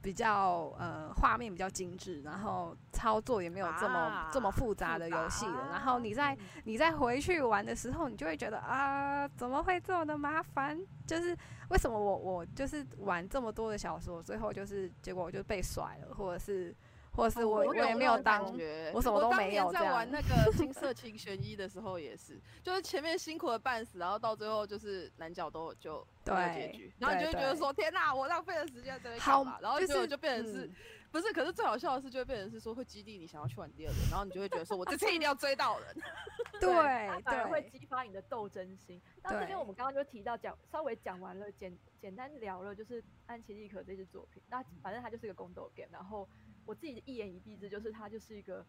Speaker 6: 比较呃画面比较精致，然后操作也没有这么、
Speaker 5: 啊
Speaker 6: 这么复杂的游戏了。然后你在你再回去玩的时候，你就会觉得啊，怎么会这么的麻烦？就是为什么我我就是玩这么多的小说，最后就是结果我就被甩了，或者是或者是我、
Speaker 5: 我
Speaker 6: 我也没有当
Speaker 5: 感觉，
Speaker 6: 我什么都没有
Speaker 5: 我当
Speaker 6: 这
Speaker 5: 年在
Speaker 6: 样
Speaker 5: 玩那个金色琴弦一的时候也是，就是前面辛苦的半死，然后到最后就是男角都就没有结
Speaker 6: 对
Speaker 5: 局，然后你就会觉
Speaker 6: 对
Speaker 5: 得
Speaker 6: 对
Speaker 5: 说天哪、我浪费了时间在这里
Speaker 6: 好
Speaker 5: 干嘛？然后
Speaker 6: 就
Speaker 5: 结果
Speaker 6: 是
Speaker 5: 就变成是、
Speaker 6: 嗯
Speaker 5: 不是？可是最好笑的是，就会变成是说会激励你想要去玩第二轮，然后你就会觉得说我这次一定要追到人。 <laughs>
Speaker 6: 对
Speaker 3: 它反而会激发你的斗争心。那这
Speaker 6: 对
Speaker 3: 边我们刚刚就提到讲，稍微讲完了，简简单聊了，就是安琪丽可这支作品。那
Speaker 6: 嗯
Speaker 3: 反正它就是一个宫斗 game，然后我自己一言以蔽之，就是它就是一个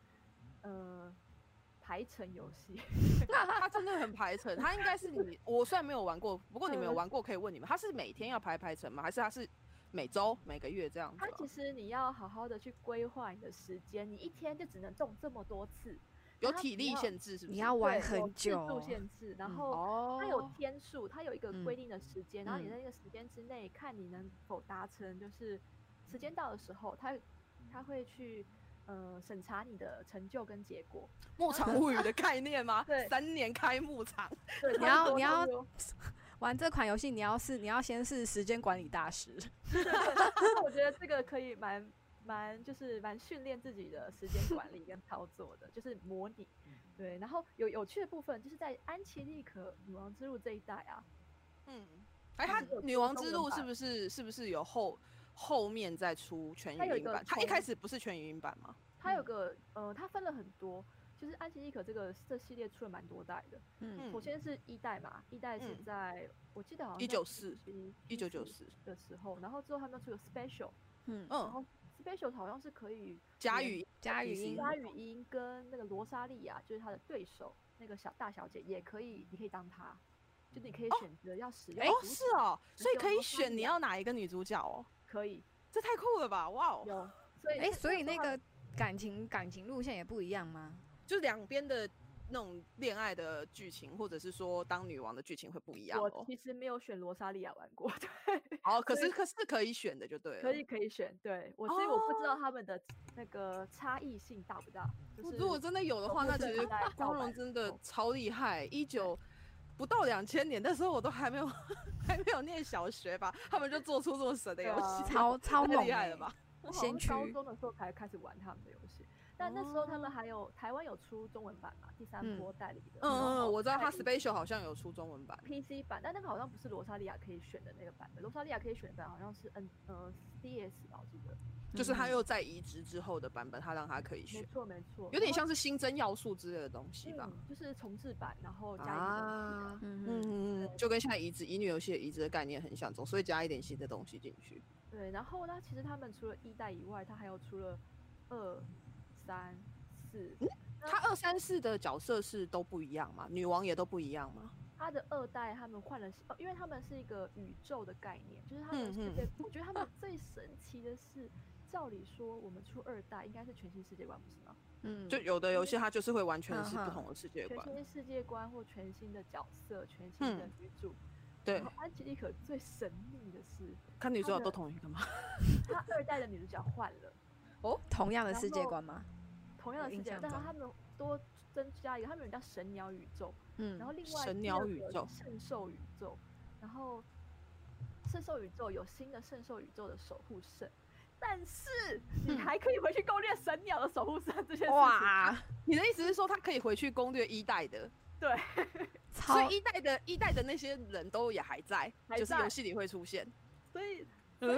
Speaker 3: 呃排程游
Speaker 6: <laughs>
Speaker 3: 戏。
Speaker 5: 他真的很排程，他应该是你我虽然没有玩过，不过你
Speaker 6: 嗯
Speaker 5: 们有
Speaker 3: 呃
Speaker 5: 玩过可以问你们，他是每天要排排程吗？还是他是每周每个月这样子
Speaker 3: 它
Speaker 5: 啊？
Speaker 3: 其实你要好好的去规划你的时间，你一天就只能动这么多次，
Speaker 5: 有
Speaker 3: 它
Speaker 5: 体
Speaker 3: 比
Speaker 5: 力
Speaker 3: 较
Speaker 5: 限制是不是？
Speaker 6: 你要玩
Speaker 3: 对有
Speaker 6: 很
Speaker 3: 次
Speaker 6: 久
Speaker 3: 数，限制，然
Speaker 6: 嗯
Speaker 3: 后
Speaker 5: 哦，
Speaker 3: 它有天数，它有一个规
Speaker 6: 嗯
Speaker 3: 定的时间，然后你
Speaker 6: 嗯
Speaker 3: 在那个时间之内看你能否达成，就是时间到的时候，它
Speaker 6: 嗯
Speaker 3: 它会去呃审查你的成就跟结果。
Speaker 6: <laughs>
Speaker 5: 牧场物语的概念吗？
Speaker 3: <laughs> 对
Speaker 5: 三年开牧场，
Speaker 3: 对，
Speaker 6: 你
Speaker 3: 差
Speaker 6: 要
Speaker 3: 不多哦
Speaker 6: 你
Speaker 3: 差
Speaker 6: 要
Speaker 3: 不
Speaker 6: <laughs>
Speaker 3: 多
Speaker 6: 玩这款游戏，你要是你要先是时间管理大师，
Speaker 3: 那我觉得这个可以蛮蛮就是蛮训练自己的时间管理跟操作的，就是模
Speaker 6: <laughs>
Speaker 3: 拟。
Speaker 6: 嗯
Speaker 3: 对，然后有有趣的部分就是在安琪丽可女王之路这一代啊，
Speaker 5: 嗯，哎，
Speaker 3: 它
Speaker 5: 他
Speaker 3: 是有
Speaker 5: 女王
Speaker 3: 出
Speaker 5: 之
Speaker 3: 中文
Speaker 5: 路是
Speaker 3: 版
Speaker 5: 不是是不是有后后面再出全
Speaker 3: 它有
Speaker 5: 语
Speaker 3: 一
Speaker 5: 音
Speaker 3: 个
Speaker 5: 版？他一
Speaker 3: 重
Speaker 5: 开始不是全语音版吗？
Speaker 3: 它
Speaker 6: 嗯
Speaker 3: 有个呃，它分了很多，就是安琪丽可这个这系列出了蛮多代的。
Speaker 6: 嗯，
Speaker 3: 首先是一代嘛，一代是
Speaker 5: 嗯
Speaker 3: 在、我记得好像
Speaker 5: 194一
Speaker 3: 一
Speaker 5: 九九四，
Speaker 3: 的时候，然后之后他们出了 special，
Speaker 6: 嗯，
Speaker 3: 然
Speaker 5: 嗯，
Speaker 3: 后 special 好像是可以
Speaker 5: 加
Speaker 3: 连
Speaker 5: 语
Speaker 6: 加语音，
Speaker 3: 加语音跟那个罗莎莉亚，就是他的对手那个小大小姐也可以，你可以当她，就是你可以选择要使用
Speaker 5: 哦
Speaker 3: 主
Speaker 5: 是
Speaker 3: 体
Speaker 5: 哦，所
Speaker 3: 哎
Speaker 5: 以
Speaker 3: 有
Speaker 5: 可以
Speaker 3: 罗莎
Speaker 5: 选
Speaker 3: 莉
Speaker 5: 你
Speaker 3: 亚
Speaker 5: 要哪一个女主角哦，
Speaker 3: 可以
Speaker 5: 这太酷了吧！哇哦，
Speaker 3: 有，所以
Speaker 6: 哎、
Speaker 3: 是
Speaker 6: 所以那
Speaker 3: 时候
Speaker 6: 个感情感情路线也不一样
Speaker 5: <laughs>
Speaker 6: 吗？
Speaker 5: 就两边的那种恋爱的剧情，或者是说当女王的剧情会不一样
Speaker 3: 我
Speaker 5: 哦。
Speaker 3: 其实没有选罗莎莉亚玩过，对，
Speaker 5: 哦，可是
Speaker 3: 对
Speaker 5: 可是可以选的就对了。
Speaker 3: 可以可以选，对我所以我不知道
Speaker 5: 哦
Speaker 3: 他们的那个差异性大不大，就
Speaker 5: 我
Speaker 3: 是
Speaker 5: 如果真的有的
Speaker 3: 从
Speaker 5: 话，
Speaker 3: 这
Speaker 5: 那
Speaker 3: 个
Speaker 5: 其
Speaker 3: 时
Speaker 5: 实
Speaker 3: 代到
Speaker 5: 光
Speaker 3: 晚
Speaker 5: 荣真的
Speaker 3: 后
Speaker 5: 超厉害，一九不到两千年，那时候我都还没有 <laughs> 还没有念小学吧，他们就做出这么神的
Speaker 3: 啊
Speaker 5: 游戏，
Speaker 6: 超超
Speaker 5: 太
Speaker 6: 猛
Speaker 5: 厉害
Speaker 6: 欸
Speaker 5: 了吧？
Speaker 3: 我好
Speaker 6: 先
Speaker 3: 像高
Speaker 6: 驱
Speaker 3: 中的时候才开始玩他们的游戏，但那时候他们还有台湾有出中文版嘛，第三
Speaker 6: 嗯
Speaker 3: 波代理的。
Speaker 5: 哦嗯嗯嗯，我知道他
Speaker 3: 它
Speaker 5: special 好像有出中文版，
Speaker 3: PC 版，但那个好像不是罗莎莉亚可以选的那个版本，罗莎莉亚可以选的版好像是 N 呃 DS 吧，我记得。
Speaker 5: 就是他又在移植之后的版本，他让他可以
Speaker 3: 嗯没
Speaker 5: 选，
Speaker 3: 错没错，
Speaker 5: 有点像是新增要素之类的东西
Speaker 3: 然
Speaker 5: 吧
Speaker 3: 后。嗯，就是重置版，然后嗯加一个东西这样
Speaker 5: 啊，
Speaker 6: 嗯哼
Speaker 5: 嗯嗯，就跟现在移植乙女游戏的移植的概念很像，总是会加一点新的东西进去。
Speaker 3: 对，然后呢，其实他们除了一代以外，他还有出了二、三、四。那
Speaker 5: 它二三四的角色是都不一样嘛，女王也都不一样嘛。
Speaker 3: 他的二代他们换了新，呃因为他们是一个宇宙的概念，就是他们
Speaker 5: 嗯
Speaker 3: 世
Speaker 5: 嗯
Speaker 3: 界。我觉得他们最神奇的是，照理说我们出二代应该是全新世界观，不是吗？
Speaker 6: 嗯，
Speaker 5: 就有的游戏它就是会完全是
Speaker 6: 嗯哼
Speaker 5: 不同的世界
Speaker 3: 全
Speaker 5: 观，
Speaker 3: 新世界观或全新的角色、全新的
Speaker 5: 嗯
Speaker 3: 女主。
Speaker 5: 对
Speaker 3: 然后，安吉丽可最神秘的是，
Speaker 5: 看女主角
Speaker 3: 它的
Speaker 5: 都同一
Speaker 3: <laughs>
Speaker 5: 个嘛。
Speaker 3: 她二代的女主角换了。
Speaker 6: 哦同样的
Speaker 3: 然
Speaker 6: 世界
Speaker 3: 后
Speaker 6: 观吗？
Speaker 3: 同样
Speaker 6: 我
Speaker 3: 的世
Speaker 6: 印
Speaker 3: 界
Speaker 6: 象，
Speaker 3: 但
Speaker 6: 中
Speaker 3: 他们多增加一个，他们有叫神鸟宇宙，
Speaker 6: 嗯，
Speaker 3: 然后另外
Speaker 5: 神
Speaker 3: 第
Speaker 5: 鸟
Speaker 3: 二
Speaker 5: 宇
Speaker 3: 个是
Speaker 5: 宙
Speaker 3: 圣兽宇宙，然后圣兽宇宙有新的圣兽宇宙的守护圣，但是你还可以回去攻略神鸟的守护圣这些事情。
Speaker 5: <laughs>
Speaker 6: 哇，
Speaker 5: 你的意思是说，它可以回去攻略一代的，所
Speaker 6: 超
Speaker 5: 以一代的一代的那些人都也还在，
Speaker 3: 还
Speaker 5: 就是
Speaker 3: 在
Speaker 5: 游戏里会出现。
Speaker 3: 所以
Speaker 5: 嗯，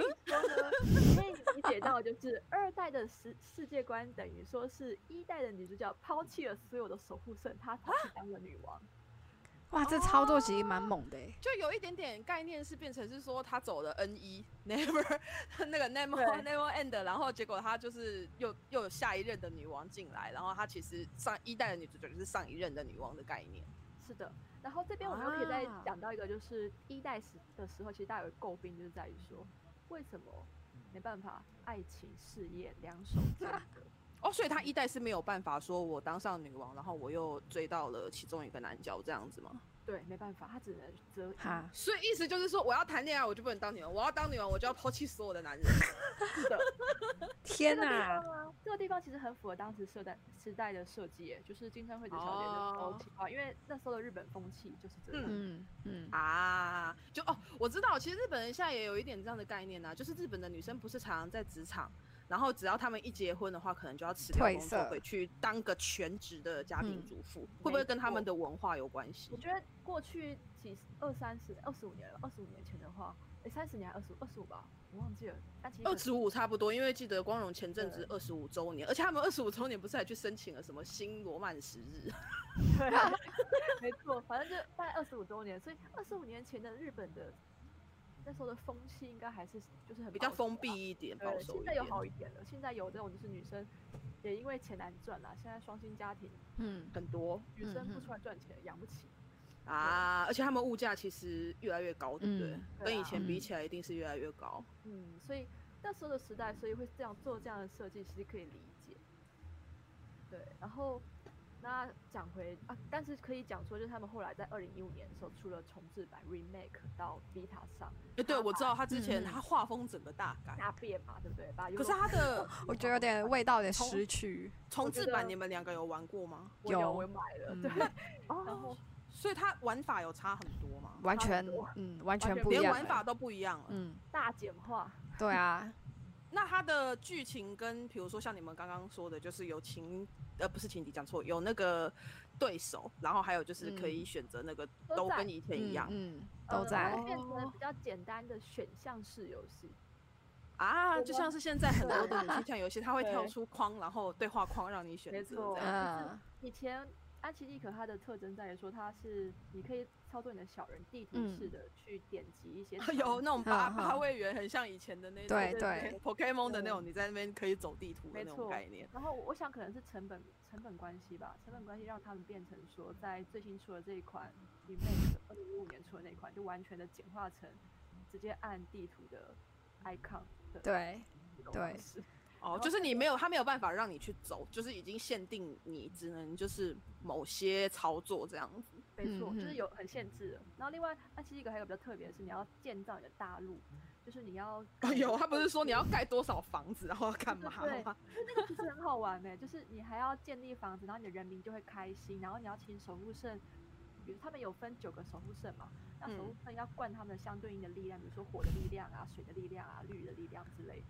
Speaker 3: 说呢，可以理解到就是二代的世世界观等于说是一代的女主角抛弃了所有的守护圣，她跑去当了女王。
Speaker 6: 哇，这操作其实蛮猛的欸，
Speaker 5: 就有一点点概念是变成是说他走了 N 一 <laughs> Never 那个 Never
Speaker 3: 对
Speaker 5: <laughs> Never End，然后结果他就是又又有下一任的女王进来，然后他其实上一代的女主角就是上一任的女王的概念。
Speaker 3: 是的，然后这边我们又可以再
Speaker 5: 啊
Speaker 3: 讲到一个，就是一代时的时候，其实大家有个诟病，就是在于说，为什么没办法爱情事业两
Speaker 5: <laughs>
Speaker 3: 手兼得？
Speaker 5: 哦，所以他一代是没有办法说我当上女王，然后我又追到了其中一个男角这样子吗？
Speaker 3: 对，没办法，他只能择一。
Speaker 5: <laughs>
Speaker 6: 哈，
Speaker 5: 所以意思就是说，我要谈恋爱我就不能当女王，我要当女王我就要抛弃所有的男人。 <laughs>
Speaker 6: 天
Speaker 3: 这个地
Speaker 6: 哪
Speaker 3: 方，啊，这个地方其实很符合当时时代时代的设计耶，就是金川惠子小姐那时候
Speaker 5: 哦
Speaker 3: 企划，因为那时候的日本风气就是这样。
Speaker 6: 嗯嗯，
Speaker 5: 啊，就哦，我知道，其实日本人现在也有一点这样的概念呐、啊就是日本的女生不是常常在职场，然后只要她们一结婚的话，可能就要辞掉
Speaker 6: 褪
Speaker 5: 工作
Speaker 6: 色，
Speaker 5: 回去当个全职的家庭
Speaker 6: 嗯
Speaker 5: 主妇，会不会跟他们
Speaker 3: 错
Speaker 5: 的文化有关系
Speaker 3: 我？觉得过去几十二三十、二十五年了，二十五年前的话，诶，三十年还二十五、二十五吧，我忘记了。但其实
Speaker 5: 二十五差不多，因为记得光荣前阵子二十五周年，而且他们二十五周年不是还去申请了什么新罗曼史日？
Speaker 3: 对， <laughs> 没错，反正就大概二十五周年，所以二十五年前的日本的那时候的风气应该还是就是很
Speaker 5: 比较
Speaker 3: 保守
Speaker 5: 封
Speaker 3: 吧，
Speaker 5: 闭一点，保
Speaker 3: 对，
Speaker 5: 守
Speaker 3: 现
Speaker 5: 一
Speaker 3: 在有
Speaker 5: 点。
Speaker 3: 好一点了，现在有这种就是女生也因为钱难赚啦，现在双薪家庭，
Speaker 6: 嗯，
Speaker 5: 很多
Speaker 3: 女生不
Speaker 6: 嗯
Speaker 3: 出来赚钱养不起，
Speaker 5: 啊，而且他们物价其实越来越高，对不对？
Speaker 6: 嗯
Speaker 3: 对
Speaker 5: 跟以
Speaker 3: 啊
Speaker 5: 前比
Speaker 6: 嗯
Speaker 5: 起来，一定是越来越高。
Speaker 3: 嗯，所以那时候的时代，所以会这样做这样的设计，其实可以理解。对，然后那讲回啊，但是可以讲说，就是他们后来在二零一五年的时候出了重置版 remake 到 Vita 上，
Speaker 5: 哎、对，我知道他之前
Speaker 6: 嗯嗯
Speaker 5: 他画风整个大改，
Speaker 3: 大变嘛，对不对？把
Speaker 5: 可是他的
Speaker 6: 我觉得有点味道有点失去，
Speaker 5: 重置版
Speaker 3: 得
Speaker 5: 你们两个有玩过吗？
Speaker 3: 我有
Speaker 6: 有
Speaker 3: 我有买了，
Speaker 5: 呃
Speaker 6: 嗯
Speaker 3: 对，然
Speaker 5: 哦，
Speaker 3: 后
Speaker 5: 所以它玩法有差很多吗？
Speaker 6: 完
Speaker 3: 差
Speaker 6: 全
Speaker 3: 很多
Speaker 6: 嗯完全
Speaker 3: 全
Speaker 6: 不一
Speaker 5: 连
Speaker 6: 样
Speaker 5: 玩
Speaker 6: 欸，
Speaker 5: 法都不一样了。
Speaker 6: 嗯，
Speaker 3: 大简化，
Speaker 6: 对啊，
Speaker 5: 那它的剧情跟比如说像你们刚刚说的，就是有情呃不是情敌讲错，有那个对手，然后还有就是可以选择那个、
Speaker 3: 都
Speaker 5: 都
Speaker 3: 在
Speaker 5: 跟以前一样、
Speaker 6: 嗯，嗯都在
Speaker 3: 然呃后变成
Speaker 5: 哦
Speaker 3: 比较简单的选项式游戏，
Speaker 5: 啊，
Speaker 3: 我
Speaker 5: 就像是现在很多的
Speaker 3: 对
Speaker 5: 女性像游戏，它
Speaker 6: <laughs>
Speaker 5: 会跳
Speaker 3: 对
Speaker 5: 出框，然后对话框让你选
Speaker 3: 没
Speaker 5: 择
Speaker 3: 错
Speaker 5: 这样。 <laughs>
Speaker 6: 嗯
Speaker 3: 以前安琪丽可它的特征在于说，它是你可以操作你的小人地图
Speaker 6: 嗯
Speaker 3: 式的去点击一
Speaker 6: 啊
Speaker 3: 些场景，
Speaker 5: <laughs> 有那种八
Speaker 6: 嗯嗯
Speaker 5: 八位元，很像以前的那种
Speaker 6: 对嗯
Speaker 3: 对
Speaker 5: Pokemon 的那
Speaker 3: 对
Speaker 5: 种，你在那边可以走地图的
Speaker 3: 没
Speaker 5: 那种
Speaker 3: 错
Speaker 5: 概念。
Speaker 3: 然后我我想可能是成本成本关系吧，成本关系让他们变成说，在最新出的这一款 remake 二零一五年出的那一款，就完全的简化成直接按地图的 icon 的
Speaker 6: 对
Speaker 3: 这种
Speaker 6: 对
Speaker 3: 方式
Speaker 5: 哦，就是你没有，他没有办法让你去走，就是已经限定你只能就是某些操作这样子。
Speaker 3: 没错，就
Speaker 6: 嗯
Speaker 3: 是
Speaker 6: 嗯
Speaker 3: 有很限制的。然后另外，那其实一个还有比较特别的是，你要建造你的大陆，就是你要
Speaker 5: <laughs> 哦，
Speaker 3: <laughs>
Speaker 5: 有，他不是说你要盖多少房子，然后要干嘛
Speaker 3: 对
Speaker 5: 吗？
Speaker 3: 那个其实很欸好玩呢、就是你还要建立房子，然后你的人民就会开心，然后你要请守护圣比如他们有分九个守护圣嘛，那守护
Speaker 5: 嗯
Speaker 3: 圣要灌他们相对应的力量，比如说火的力量啊、水的力量啊、绿的力量之类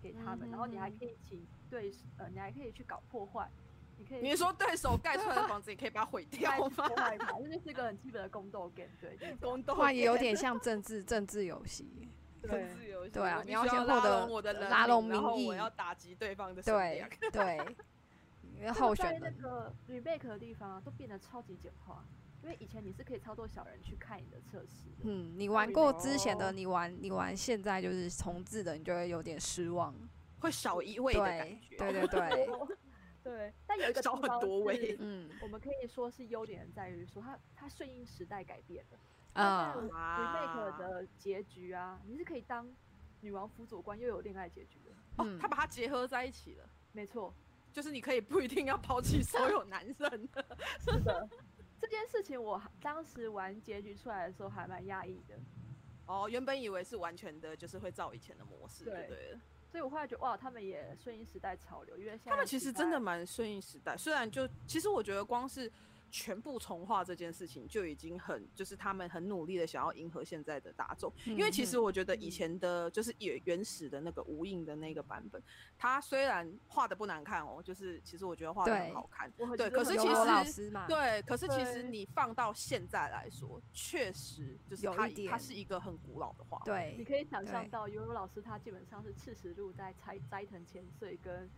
Speaker 3: 给
Speaker 5: 嗯
Speaker 3: 他们，然后你还可以请对呃，你还可以去搞破坏，你可以
Speaker 5: 你是说对手盖出来的房子，也可以把它毁
Speaker 3: 开
Speaker 5: 掉
Speaker 3: 始破
Speaker 5: 吗？
Speaker 3: 坏它，这就是一个很基本的宫斗 game，对，
Speaker 5: <laughs>
Speaker 3: 就是这样
Speaker 5: 宫斗
Speaker 6: 话也有点像政治政治游
Speaker 5: <laughs>
Speaker 6: 戏，
Speaker 5: 对自由性
Speaker 6: 对啊
Speaker 5: 我必
Speaker 6: 你要
Speaker 5: 须
Speaker 6: 先
Speaker 5: 要
Speaker 6: 获
Speaker 5: 拉
Speaker 6: 得
Speaker 5: 拢我的人
Speaker 6: 拉拢
Speaker 5: 民然
Speaker 6: 民
Speaker 5: 后我
Speaker 6: 意
Speaker 5: 要打击对方的啊声
Speaker 6: 对
Speaker 5: 量
Speaker 6: 对，因
Speaker 5: <laughs>
Speaker 6: 为
Speaker 3: 这个
Speaker 6: 候
Speaker 3: 在
Speaker 6: 选
Speaker 3: 那
Speaker 6: 人
Speaker 3: 个 remake 的地方啊、都变得超级简化，因为以前你是可以操作小人去看你的测试的，
Speaker 6: 嗯，你玩过之前
Speaker 5: 哦
Speaker 6: 的，你玩你玩现在就是重置的，你就会有点失望。
Speaker 5: 会少一位的感
Speaker 6: 对
Speaker 5: 觉。哦
Speaker 6: 对对对，
Speaker 5: <laughs>
Speaker 3: <laughs> 对，但有一个
Speaker 5: 少
Speaker 3: 地
Speaker 5: 很
Speaker 3: 方
Speaker 5: 多
Speaker 3: 是
Speaker 5: 位
Speaker 6: 嗯
Speaker 3: 我们可以说是优点在于说它它顺应时代改变的
Speaker 6: 啊、
Speaker 3: 现在
Speaker 5: 哇
Speaker 3: remake 的结局啊，你是可以当女王辅佐官又有恋爱结局的，
Speaker 5: 哦
Speaker 6: 嗯，
Speaker 5: 他把它结合在一起了，
Speaker 3: 没错，
Speaker 5: 就是你可以不一定要抛弃所有男生。
Speaker 3: 是的。 <laughs> 这件事情我还当时玩结局出来的时候还蛮压抑的，
Speaker 5: <laughs> 哦，原本以为是完全的，就是会照以前的模式，对
Speaker 3: 对
Speaker 5: 不对？啊
Speaker 3: 所以我后来觉得哇，他们也顺应时代潮流，因为现在
Speaker 5: 他们其实真
Speaker 3: 的。
Speaker 5: 的蛮顺应时代，虽然就其实我觉得光是全部重画这件事情就已经很，就是他们很努力的想要迎合现在的大众，因
Speaker 6: 嗯
Speaker 5: 为其实我觉得以前的就是原原始的那个无印的那个版本，它虽然画的不难看哦，就是其实我觉得画的很
Speaker 6: 对
Speaker 5: 好看，
Speaker 3: 我
Speaker 5: 对可是
Speaker 6: 有
Speaker 5: 其
Speaker 6: 罗
Speaker 5: 实
Speaker 6: 老师嘛，
Speaker 5: 对，可是其实
Speaker 3: 对
Speaker 5: 你放到现在来说，确实就是
Speaker 6: 有
Speaker 5: 它
Speaker 6: 一
Speaker 5: 它
Speaker 6: 点
Speaker 5: 是一个很古老的画，，
Speaker 3: 你
Speaker 6: 对
Speaker 3: 可以想象
Speaker 6: 对
Speaker 3: 到尤尤老师他基本上是赤石路在拆斋藤千岁跟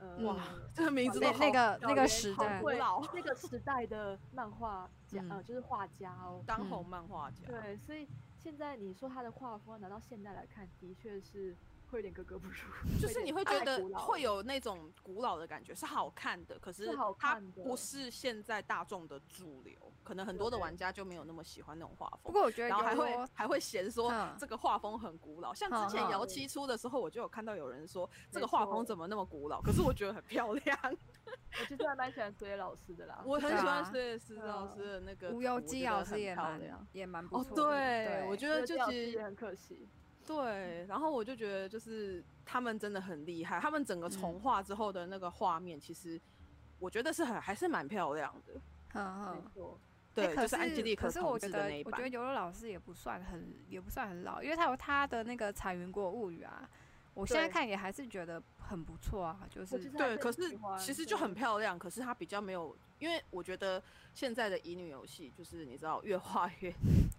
Speaker 3: 呃
Speaker 6: 哇
Speaker 3: <laughs>
Speaker 5: 这个名字都
Speaker 6: 那
Speaker 5: 好
Speaker 6: 那个那
Speaker 3: 小
Speaker 6: 个
Speaker 3: 圆
Speaker 6: 时
Speaker 3: 好
Speaker 6: 代
Speaker 5: 古，
Speaker 3: 贵
Speaker 5: 老，
Speaker 3: 那个时代的
Speaker 6: <laughs>
Speaker 3: 漫画家、
Speaker 6: 嗯
Speaker 3: 呃就是画家哦。
Speaker 5: 当红漫画家，
Speaker 3: 对，所以现在你说他的画风拿到现在来看，的确是会有点格格不入，
Speaker 5: 就是你会觉得会
Speaker 3: 有
Speaker 5: 有那种古老的感觉，是好看的，可是
Speaker 3: 是好
Speaker 5: 它
Speaker 3: 看的
Speaker 5: 不是现在大众的主流，可能很多的
Speaker 3: 对
Speaker 5: 玩家就没有那么喜欢那种画
Speaker 6: 不
Speaker 5: 风。
Speaker 6: 过我觉得
Speaker 5: 然后还
Speaker 6: 有
Speaker 5: 会
Speaker 6: 罗
Speaker 5: 还会嫌说
Speaker 6: 嗯
Speaker 5: 这个画风很古老，像
Speaker 6: 嗯
Speaker 5: 之前
Speaker 6: 嗯
Speaker 5: 姚七出的时候，我就有看到有人说这个
Speaker 3: 没错
Speaker 5: 画风怎么那么古老，可是我觉得很漂
Speaker 6: <laughs>
Speaker 5: 亮，
Speaker 3: 我其实还蛮喜欢水野老师的啦。
Speaker 5: 我
Speaker 6: 对
Speaker 5: 很喜欢
Speaker 6: 啊
Speaker 5: 石野石老师的那个
Speaker 6: 无忧
Speaker 5: 图
Speaker 6: 基
Speaker 5: 我觉得
Speaker 6: 老师
Speaker 5: 很
Speaker 6: 也
Speaker 5: 漂
Speaker 6: 蛮
Speaker 5: 亮
Speaker 6: 也蛮啊不
Speaker 5: 哦，
Speaker 6: 错的，
Speaker 5: 对，我觉得就
Speaker 3: 这个
Speaker 5: 其
Speaker 3: 也
Speaker 5: 实
Speaker 3: 很可惜，
Speaker 5: 对，然后我就觉得就是他们真的很厉害，他们整个重画之后的那个画面，其实我觉得是很还是蛮漂亮的。
Speaker 6: 嗯
Speaker 3: 没
Speaker 6: 嗯。
Speaker 3: 错，
Speaker 5: 对，
Speaker 6: 欸可
Speaker 5: 就是安吉丽
Speaker 6: 可是我
Speaker 5: 同
Speaker 6: 觉
Speaker 5: 志
Speaker 6: 得
Speaker 5: 的那一，
Speaker 6: 我
Speaker 5: 版
Speaker 6: 觉得。尤罗老师也不算很，也不算很老，因为他有他的那个《彩云国物语》啊，我现在
Speaker 3: 对
Speaker 6: 看也还是觉得很不错啊，就
Speaker 3: 我
Speaker 6: 是
Speaker 3: 其实还
Speaker 5: 对，
Speaker 3: 很
Speaker 5: 可
Speaker 3: 喜
Speaker 5: 是
Speaker 3: 欢
Speaker 5: 其实就很漂亮，可是它比较没有，因为我觉得现在的乙女游戏就是你知道越画越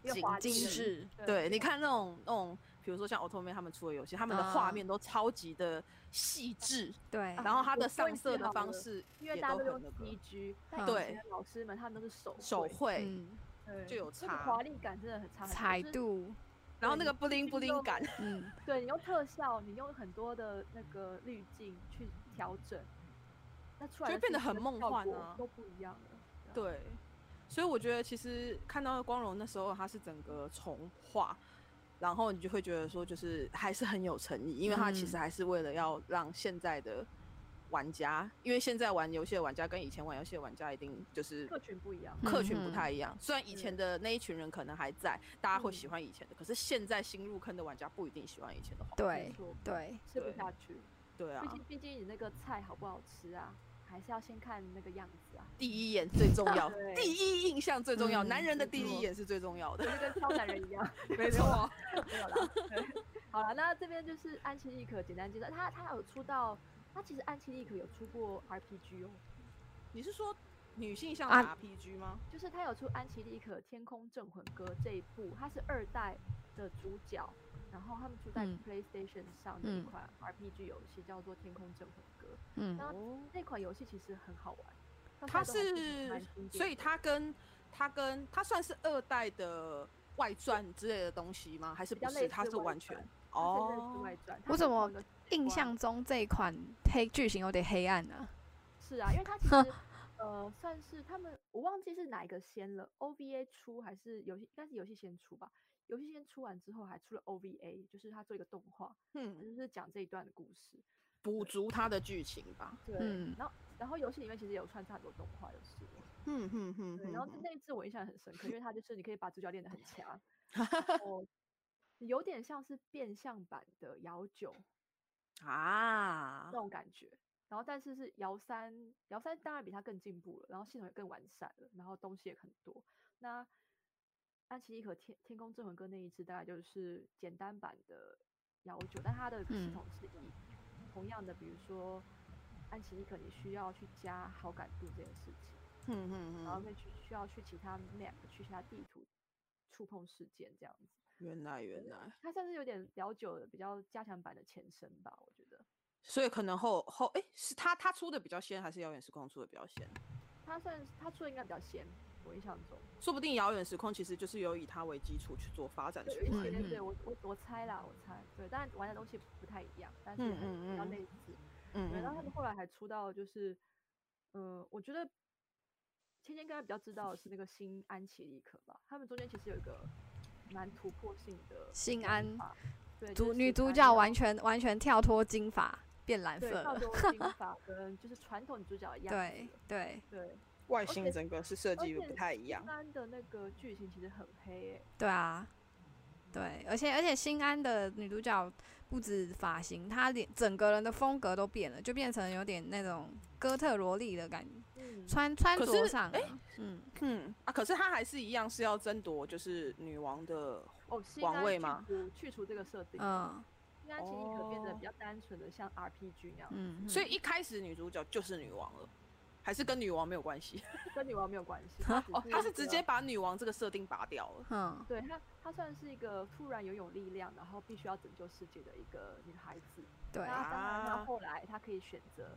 Speaker 3: 越
Speaker 5: 精
Speaker 3: 华
Speaker 6: 精
Speaker 3: 丽
Speaker 6: 致，
Speaker 3: 对
Speaker 5: 对，你看那种那种，比如说像 Auto Man 他们出的游戏，他们的画
Speaker 6: 啊哎
Speaker 5: 面都超级的细致，
Speaker 6: 对，
Speaker 5: 然后它
Speaker 3: 我
Speaker 5: 的
Speaker 3: 说一
Speaker 5: 上
Speaker 3: 句
Speaker 5: 色的
Speaker 3: 好
Speaker 5: 方
Speaker 3: 了
Speaker 5: 式
Speaker 3: 因
Speaker 5: 也
Speaker 3: 为
Speaker 5: 都
Speaker 3: 大家都
Speaker 5: 很
Speaker 3: 用
Speaker 5: 那个
Speaker 3: CG，但
Speaker 6: 对
Speaker 3: 以前的老师们他们都是手
Speaker 5: 手
Speaker 3: 绘，
Speaker 5: 绘，
Speaker 6: 嗯，
Speaker 3: 对
Speaker 5: 就有
Speaker 3: 那个
Speaker 5: 差
Speaker 3: 华丽感真的很差很多。
Speaker 6: 彩
Speaker 3: 就是
Speaker 6: 度，
Speaker 5: 然后
Speaker 3: 对
Speaker 5: 那个
Speaker 3: 你
Speaker 5: 布灵
Speaker 3: 进
Speaker 5: 布
Speaker 3: 去
Speaker 5: 灵
Speaker 3: 都
Speaker 5: 感，
Speaker 6: 嗯，
Speaker 3: 对你用特效，你用很多的那个滤镜去调整，那出来
Speaker 5: 就
Speaker 3: 的
Speaker 5: 会变得
Speaker 3: 视觉
Speaker 5: 很梦
Speaker 3: 效
Speaker 5: 幻
Speaker 3: 果
Speaker 5: 啊
Speaker 3: 都不一样了。啊，
Speaker 5: 对，所以我觉得其实看到光荣那时候，他是整个重画，然后你就会觉得说，就是还是很有诚意，因为他其实
Speaker 6: 嗯
Speaker 5: 还是为了要让现在的玩家，因为现在玩游戏的玩家跟以前玩游戏的玩家一定就是
Speaker 3: 客群不一样，
Speaker 5: 客群
Speaker 6: 嗯
Speaker 5: 不
Speaker 6: 哼
Speaker 5: 太一样。虽然以前的那一群人可能还在，大家会喜
Speaker 3: 嗯
Speaker 5: 欢以前的，可是现在新入坑的玩家不一定喜欢以前的画。
Speaker 6: 对
Speaker 3: 没错
Speaker 6: 对，
Speaker 3: 吃不
Speaker 5: 对
Speaker 3: 下去。
Speaker 5: 对啊
Speaker 3: 毕，竟毕竟你那个菜好不好吃啊，还是要先看那个样子啊。
Speaker 5: 第一眼最重要，
Speaker 3: 对
Speaker 5: 第一印象最重要，
Speaker 6: 嗯
Speaker 5: 男人的
Speaker 3: 没
Speaker 5: 第一
Speaker 3: 错
Speaker 5: 眼是最重要的
Speaker 3: 就。是跟挑男人一样，
Speaker 5: <laughs> 没啊错，
Speaker 3: 没有啦。对好了，那这边就是安琪丽可简单介绍，他他有出到，他其实安琪丽可有出过 RPG 哦，
Speaker 5: 你是说女性向
Speaker 6: 啊
Speaker 5: 的 RPG 吗？
Speaker 3: 就是他有出安琪丽可《天空镇魂歌》这一部，它是二代的主角，然后他们出在
Speaker 6: 嗯
Speaker 3: PlayStation 上的一
Speaker 6: 嗯
Speaker 3: 款 RPG 游戏，叫做《天空镇魂歌》。
Speaker 6: 嗯
Speaker 3: 那那款游戏其实很好玩，到
Speaker 5: 哦它
Speaker 3: 现在都还蛮
Speaker 5: 是
Speaker 3: 经典，的
Speaker 5: 所以它跟它跟它算是二代的外传之类的东西吗？还是
Speaker 3: 比较
Speaker 5: 不
Speaker 3: 类
Speaker 5: 是？
Speaker 3: 似
Speaker 5: 它是
Speaker 3: 外
Speaker 5: 完
Speaker 3: 传
Speaker 5: 全
Speaker 3: 它是类似
Speaker 5: 哦，
Speaker 3: 外传。它
Speaker 6: 我
Speaker 3: 是
Speaker 6: 怎么
Speaker 3: 同一个
Speaker 6: 印
Speaker 3: 哇
Speaker 6: 象中这一款黑剧情有点黑暗啊，
Speaker 3: 是啊，因为它
Speaker 6: <laughs>
Speaker 3: 其实呃算是他们，我忘记是哪一个先了，OVA 出还是游戏，应该是游戏先出吧。游戏先出完之后，还出了 OVA，就是它做一个动画，
Speaker 5: 嗯，
Speaker 3: 就是讲这一段的故事。
Speaker 5: 补足它的剧情吧。
Speaker 3: 对，
Speaker 6: 嗯
Speaker 3: 然后然后游戏里面其实有穿插很多动画，有是的。
Speaker 5: 嗯哼哼
Speaker 3: 对，然后
Speaker 5: 哼
Speaker 3: 那一次我印象很深刻，因为它就是你可以把主角练得很强，
Speaker 5: <laughs>
Speaker 3: 然后有点像是变相版的摇酒
Speaker 5: 哼啊
Speaker 3: 那，种感觉。然后但是是摇三，摇三当然比它更进步了，然后系统也更完善了，然后东西也很多。那安琪丽和天天空之魂跟那一只大概就是简单版的幺九，但它的系
Speaker 6: 嗯
Speaker 3: 统是以同样的，比如说安琪丽可你需要去加好感度这件事情。
Speaker 5: 嗯嗯
Speaker 3: 然后，会去需要去其他 map 去其他地图触碰事件这样子。
Speaker 5: 原来原来，
Speaker 3: 它算是有点聊久了，比较加强版的前身吧，我觉得。
Speaker 5: 所以可能后后哎、是他他出的比较先，还是遥远时空出的比较先？
Speaker 3: 它算是它出的应该比较先，我印象中。
Speaker 5: 说不定遥远时空其实就是有以它为基础去做发展出
Speaker 3: 对，有一
Speaker 5: 来。
Speaker 3: 些
Speaker 6: 嗯
Speaker 3: 对我我我猜啦，我猜。对，但玩的东西不太一样，但是
Speaker 5: 嗯
Speaker 3: 还是比较
Speaker 5: 嗯嗯
Speaker 3: 类似。
Speaker 5: 嗯
Speaker 3: 对，然后他
Speaker 5: 嗯，
Speaker 3: 们后来还出到就是，嗯，我觉得芊芊刚才比较知道的是那个新安琪丽可吧，他们中间其实有一个蛮突破性的
Speaker 6: 新
Speaker 3: 玩
Speaker 6: 安
Speaker 3: 法。对，就
Speaker 6: 主
Speaker 3: 是
Speaker 6: 女
Speaker 3: 新
Speaker 6: 主
Speaker 3: 安
Speaker 6: 角
Speaker 3: 然
Speaker 6: 完全完全跳脱金发变蓝色
Speaker 3: 对，差
Speaker 6: 了
Speaker 3: 不，多金发跟就是传统主角一样。
Speaker 6: 对对
Speaker 3: 对，
Speaker 5: 外
Speaker 3: 而
Speaker 5: 星
Speaker 3: 且
Speaker 5: 整个是设
Speaker 3: 而
Speaker 5: 计
Speaker 3: 且
Speaker 5: 不太一样。
Speaker 3: 三的那个剧情其实很黑、欸，
Speaker 6: 对啊，对，而且而且新安的女主角不止发型，她连整个人的风格都变了，就变成有点那种哥特萝莉的感觉，
Speaker 3: 嗯，
Speaker 6: 穿穿
Speaker 5: 可是
Speaker 6: 着上、啊
Speaker 5: 哎
Speaker 6: 嗯，
Speaker 5: 嗯啊，可是他还是一样是要争夺就是女王的
Speaker 3: 哦，新
Speaker 5: 王
Speaker 3: 安
Speaker 5: 位
Speaker 3: 去
Speaker 5: 吗
Speaker 3: 除去除这个设定，
Speaker 6: 嗯
Speaker 3: 新安其实可变得
Speaker 5: 哦
Speaker 3: 比较单纯的像 RPG 那样，
Speaker 6: 嗯，
Speaker 5: 所以一开始女主角就是女王了，还是跟女王没有关系？
Speaker 3: 跟女王没有关
Speaker 5: <laughs>
Speaker 3: 系。它只
Speaker 5: 哦，她
Speaker 3: 一
Speaker 5: 是直
Speaker 3: 个
Speaker 5: 接把女王这个设定拔掉了。
Speaker 6: 嗯
Speaker 3: 对她，她算是一个突然拥有力量，然后必须要拯救世界的一个女孩子。
Speaker 6: 对
Speaker 3: 那当然，
Speaker 5: 啊
Speaker 3: 她后来她可以选择，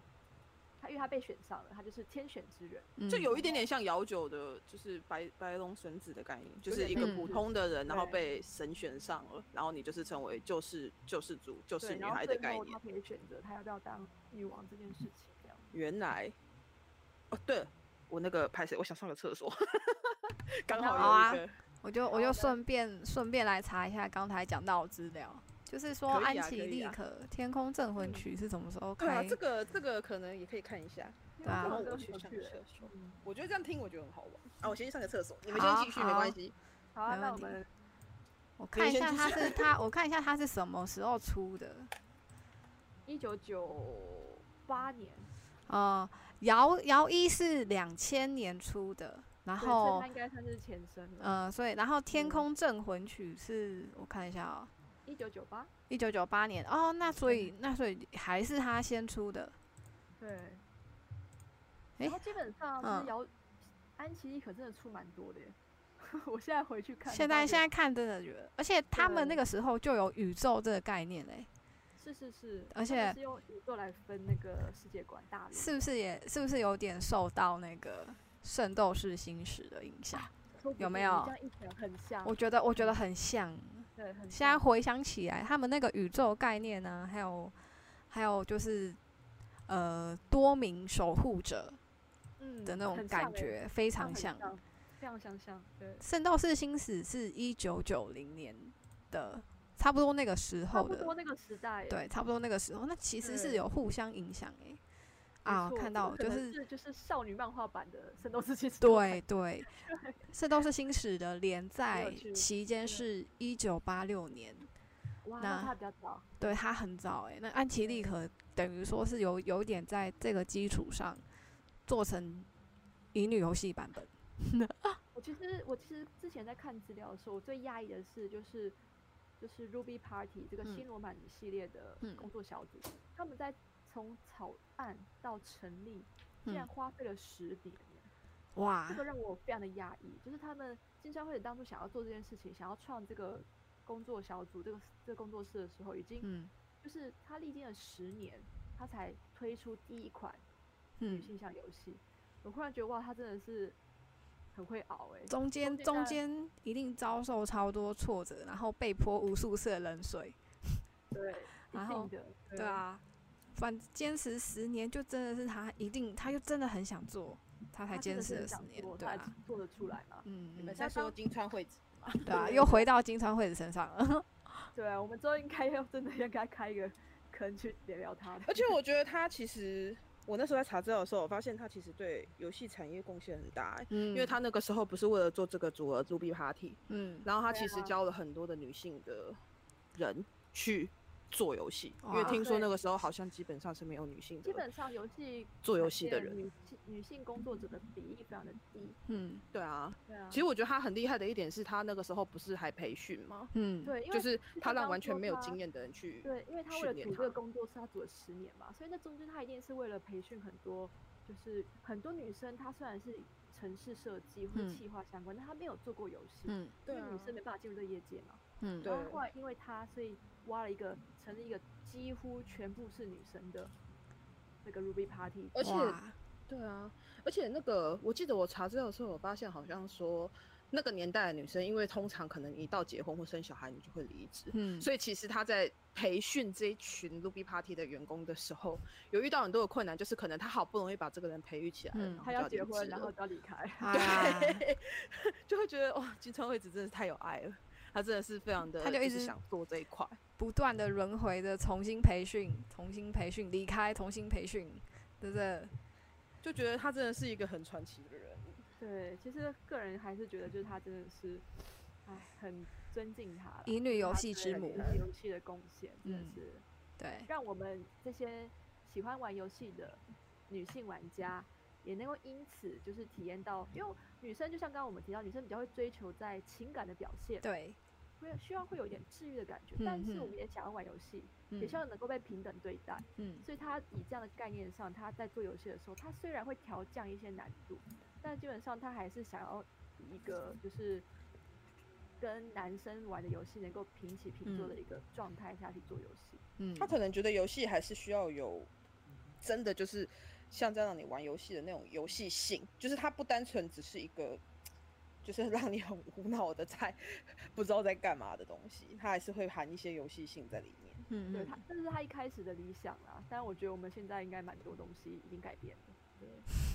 Speaker 3: 她因为她被选上了，她就是天选之人。
Speaker 6: 嗯
Speaker 5: 就有一点点像姚九的，就是白白龙神子的概念，就是
Speaker 3: 点
Speaker 5: 一个
Speaker 6: 像
Speaker 5: 普
Speaker 3: 是
Speaker 5: 通的人，然后
Speaker 3: 对
Speaker 5: 被神选上了，然后你就是成为救世救世主、救世
Speaker 3: 对，
Speaker 5: 女
Speaker 3: 然后
Speaker 5: 孩的
Speaker 3: 最
Speaker 5: 概
Speaker 3: 后
Speaker 5: 念
Speaker 3: 她。可以选择她要不要当女王这件事情，这样。
Speaker 5: 原来，哦，对了我那个拍谁，我想上个厕 <laughs> 所，刚
Speaker 6: 好啊
Speaker 5: 好有一个，
Speaker 6: 我就我就顺便顺便来查一下刚才讲到的资料，就是说
Speaker 5: 可以啊
Speaker 6: 安琪
Speaker 5: 可以
Speaker 6: 丽
Speaker 5: 啊
Speaker 6: 可《天空镇魂曲》是什么时候
Speaker 5: 对啊，
Speaker 6: 开？
Speaker 5: 这个这个可能也可以看一下，
Speaker 3: 对
Speaker 6: 啊
Speaker 5: 然后
Speaker 3: 这
Speaker 5: 我
Speaker 3: 个
Speaker 5: 去
Speaker 3: 很有
Speaker 5: 上
Speaker 3: 趣
Speaker 5: 个
Speaker 3: 欸
Speaker 5: 厕所
Speaker 3: 嗯。
Speaker 5: 我觉得这样听我觉得很好玩。啊，我先去上个厕所，你们
Speaker 6: 好
Speaker 5: 先继续，没
Speaker 6: 好
Speaker 5: 关系。
Speaker 3: 好啊，
Speaker 6: 没问
Speaker 3: 那我
Speaker 6: 题
Speaker 3: 们
Speaker 6: 我看一
Speaker 5: 先
Speaker 6: 下
Speaker 5: 去
Speaker 6: 它
Speaker 5: <laughs>
Speaker 6: 是它，我看一下它是什么时候出的。
Speaker 3: 一九九八年，
Speaker 6: 呃，姚姚一是两千年出的，然
Speaker 3: 对，所以
Speaker 6: 后
Speaker 3: 它应该算是前身了。
Speaker 6: 呃，所以然后《天
Speaker 3: 嗯
Speaker 6: 空镇魂曲》是我看一下哦，
Speaker 3: 一九九八，
Speaker 6: 一九九八年哦，那所以那所以还是他先出的，
Speaker 3: 对。
Speaker 6: 诶
Speaker 3: 然后基本上就
Speaker 6: 嗯
Speaker 3: 是姚安琪丽可真的出蛮多的耶， <laughs> 我现在回去看，
Speaker 6: 现在现在看真的觉得，而且他们那
Speaker 3: 对
Speaker 6: 个时候就有宇宙这个概念嘞、
Speaker 3: 在是是是，
Speaker 6: 而
Speaker 3: 他们
Speaker 6: 且
Speaker 3: 是用宇宙来分那个世界观大陆，
Speaker 6: 是不是也是不是有点受到那个《圣斗士星矢》的影响？
Speaker 3: 说不
Speaker 6: 有没
Speaker 3: 定
Speaker 6: 有
Speaker 3: 这样一讲很像，
Speaker 6: 我觉得我觉得很像。
Speaker 3: 对，很
Speaker 6: 现在
Speaker 3: 像
Speaker 6: 回想起来，他们那个宇宙概念呢、还有还有就是呃多名守护者
Speaker 3: 嗯
Speaker 6: 的那种
Speaker 3: 很像
Speaker 6: 感
Speaker 3: 耶
Speaker 6: 觉，非
Speaker 3: 它
Speaker 6: 常
Speaker 3: 很
Speaker 6: 像。《
Speaker 3: 像，非常相像，对，
Speaker 6: 圣斗士星矢》是一九九零年的，差不多那个时
Speaker 3: 差
Speaker 6: 候
Speaker 3: 不
Speaker 6: 的，
Speaker 3: 多那个时代耶，
Speaker 6: 对，差不多那个时候，那其实是
Speaker 3: 对
Speaker 6: 有互相影响诶、
Speaker 3: 没
Speaker 6: 啊，
Speaker 3: 错
Speaker 6: 看
Speaker 3: 这个
Speaker 6: 到
Speaker 3: 可
Speaker 6: 就
Speaker 3: 能
Speaker 6: 是
Speaker 3: 是就是少女漫画版的《圣斗士星矢》， <laughs>
Speaker 6: 对对，圣斗士星矢的连载
Speaker 3: 趣
Speaker 6: 期间是一九八六年，
Speaker 3: 哇，
Speaker 6: 那
Speaker 3: 那它比较早，
Speaker 6: 对他很早哎、那安琪丽可等于说是有有一点在这个基础上做成乙女游戏版本，
Speaker 3: 我其实我其实之前在看资料的时候，我最讶异的是，就是就是 Ruby Party 这个
Speaker 6: 嗯
Speaker 3: 新罗马系列的
Speaker 6: 嗯
Speaker 3: 工作小组，他们在从草案到成立，竟然
Speaker 6: 嗯啊
Speaker 3: 花费了十年耶，
Speaker 6: 哇
Speaker 3: 这，个让我非常的讶异。就是他们金川会当初想要做这件事情，想要创这个工作小组、这个这个工作室的时候，已经
Speaker 6: 嗯
Speaker 3: 就是他历经了十年，他才推出第一款女
Speaker 6: 嗯，
Speaker 3: 性向游戏。我忽然觉得哇，他真的是很会熬哎、
Speaker 6: 中间
Speaker 3: 中
Speaker 6: 中间一定遭受超多挫折，然后被泼无数次的冷水，
Speaker 3: 对，一
Speaker 6: 然后
Speaker 3: 定的，
Speaker 6: 对啊，反坚持十年就真的是他一定，他就真的很想做，他才
Speaker 3: 他真
Speaker 6: 坚
Speaker 3: 的
Speaker 6: 持
Speaker 3: 是
Speaker 6: 了
Speaker 3: 很
Speaker 6: 十
Speaker 3: 想
Speaker 6: 年，
Speaker 3: 做
Speaker 6: 对
Speaker 3: 他
Speaker 6: 啊
Speaker 3: 才，做得出来嘛？
Speaker 6: 嗯，
Speaker 5: 你
Speaker 6: 嗯
Speaker 5: 们在说金川惠子，
Speaker 6: 对啊，
Speaker 3: 对
Speaker 6: 又回到金川惠子身上了。
Speaker 3: 对啊，我们之后应该要真的要给他开一个坑去聊聊他的。
Speaker 5: 而且我觉得他其实，我那时候在查资料的时候，我发现他其实对游戏产业贡献很大、欸，
Speaker 6: <laughs> 嗯
Speaker 5: 因为他那个时候不是为了做这个组合
Speaker 3: 啊
Speaker 5: Ruby Party，
Speaker 6: 嗯
Speaker 5: 然后他其实教了很多的女性的人去做游戏，因为
Speaker 6: 哇
Speaker 5: 听说
Speaker 3: 对
Speaker 5: 那个时候好像基本上是没有女性
Speaker 3: 基
Speaker 5: 的。
Speaker 3: 本上游戏
Speaker 5: <laughs> 做游
Speaker 3: 产
Speaker 5: 戏的
Speaker 3: 业
Speaker 5: 人
Speaker 3: 女性女性工作者的比例非常的低。
Speaker 6: 嗯
Speaker 5: 对啊，
Speaker 3: 对啊，
Speaker 5: 其实我觉得他很厉害的一点是他那个时候不是还培训吗？
Speaker 6: 嗯，
Speaker 3: 对，因为
Speaker 5: 就是他让
Speaker 3: 当
Speaker 5: 完全
Speaker 3: 初
Speaker 5: 没有
Speaker 3: 他
Speaker 5: 经验的人去。
Speaker 3: 对，因为他
Speaker 5: 训
Speaker 3: 为了
Speaker 5: 练
Speaker 3: 组这
Speaker 5: 他
Speaker 3: 个工作室，他组了十年嘛，所以那中间他一定是为了培训很多，就是很多女生，她虽然是城市设计或
Speaker 6: 嗯
Speaker 3: 者企划相关，但她没有做过游戏，
Speaker 6: 嗯
Speaker 3: 因为
Speaker 5: 对
Speaker 3: 女
Speaker 5: 啊
Speaker 3: 生没办法进入这业界嘛。
Speaker 6: 嗯
Speaker 5: 对
Speaker 3: 然后后来因为他，所以挖了一个成立一个几乎全部是女生的那个 Ruby Party，
Speaker 5: 而且
Speaker 6: 哇
Speaker 5: 对啊，而且那个我记得我查资料的时候，我发现好像说那个年代的女生，因为通常可能一到结婚或生小孩，你就会离职。
Speaker 6: 嗯，
Speaker 5: 所以其实他在培训这一群 Ruby Party 的员工的时候，有遇到很多的困难，就是可能他好不容易把这个人培育起来了，
Speaker 6: 嗯
Speaker 5: 然后
Speaker 3: 他
Speaker 5: 就
Speaker 3: 要结
Speaker 5: 离
Speaker 3: 婚，
Speaker 5: 职
Speaker 3: 然
Speaker 5: 了
Speaker 3: 后就要离开。
Speaker 6: 啊，
Speaker 5: 就会觉得哇，金川惠子真的是太有爱了，他真的是非常的，
Speaker 6: 她就一
Speaker 5: 是
Speaker 6: 直
Speaker 5: 想做这一块。
Speaker 6: 不断的轮回的重新培训，重新培训，离开，重新培训，对不
Speaker 3: 啊
Speaker 6: 对？
Speaker 5: 就觉得他真的是一个很传奇的人，
Speaker 3: 对，其实个人还是觉得，就是他真的是，哎，很尊敬他啦。
Speaker 6: 乙女游戏之
Speaker 3: 对
Speaker 6: 母，
Speaker 3: 游戏的贡献真的
Speaker 6: 嗯
Speaker 3: 是
Speaker 6: 对，
Speaker 3: 让我们这些喜欢玩游戏的女性玩家也能够因此就是体验到，因为女生就像刚刚我们提到，女生比较会追求在情感的表现，
Speaker 6: 对，
Speaker 3: 会需要会有一点治愈的感觉
Speaker 6: 嗯，
Speaker 3: 但是
Speaker 6: 嗯
Speaker 3: 我们也想要玩游戏，也
Speaker 6: 嗯
Speaker 3: 希望能够被平等对待，
Speaker 6: 嗯
Speaker 3: 所以她以这样的概念上，她在做游戏的时候，她虽然会调降一些难度，但基本上她还是想要以一个就是。跟男生玩的游戏能够平起平坐的
Speaker 6: 嗯
Speaker 3: 一个状态下去做游戏，
Speaker 6: 嗯
Speaker 5: 他，可能觉得游戏还是需要有真的就是像这样让你玩游戏的那种游戏性，就是它不单纯只是一个就是 <laughs> 让你很无脑的在不知道在干嘛的东西，它还是会含一些游戏性在里面。
Speaker 6: 嗯
Speaker 3: 对
Speaker 6: 嗯
Speaker 3: 他，这是他一开始的理想啦。但我觉得我们现在应该蛮多东西已经改变了，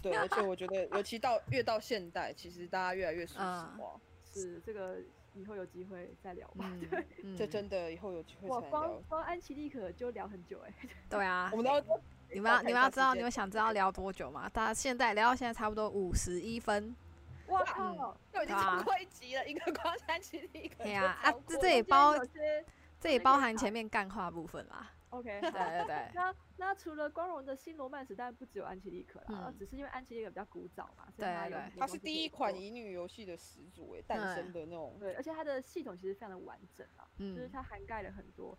Speaker 5: 对，而且我觉得，尤其到越到现代，其实大家越来越熟悉
Speaker 6: 嗯
Speaker 5: 化，
Speaker 3: 是这个以后有机会再聊吧。
Speaker 6: 嗯
Speaker 3: 对，
Speaker 6: 嗯
Speaker 5: 这真的以后有机会
Speaker 3: 哇，
Speaker 5: 才能聊
Speaker 3: 光。光安琪丽可就聊很久哎、
Speaker 6: 对啊
Speaker 5: 我，们都
Speaker 6: 你们要你们要知道，你们
Speaker 5: 们
Speaker 6: 想知道聊多久吗？大家现在聊到现在差不多五十一分，
Speaker 3: <laughs> 哇
Speaker 6: 嗯
Speaker 3: 靠！
Speaker 5: 都已
Speaker 6: 对
Speaker 5: 经
Speaker 6: 啊
Speaker 5: 超过一集了，一个光山其实一个
Speaker 6: 对
Speaker 5: 就
Speaker 6: 呀啊
Speaker 5: 超，
Speaker 6: 这
Speaker 5: 过
Speaker 6: 这
Speaker 5: 了
Speaker 6: 也包
Speaker 3: 有些
Speaker 6: 这也包含前面干话部分啦，
Speaker 3: <laughs> OK
Speaker 6: 对
Speaker 3: 好。
Speaker 6: 对对，
Speaker 3: 那那除了光荣的新罗曼史，当然不只有安琪丽可啦，呃
Speaker 6: 嗯
Speaker 3: 只是因为安琪丽可比较古早嘛，所
Speaker 6: 对
Speaker 3: 以她有
Speaker 6: 对
Speaker 3: 很多
Speaker 5: 它
Speaker 3: 东
Speaker 5: 是
Speaker 3: 西可以
Speaker 5: 第一款
Speaker 3: 做
Speaker 5: 乙女游戏的始祖诶，诞生的那种
Speaker 3: 对，而且它的系统其实非常的完整啊。就是
Speaker 6: 嗯
Speaker 3: 它涵盖了很多。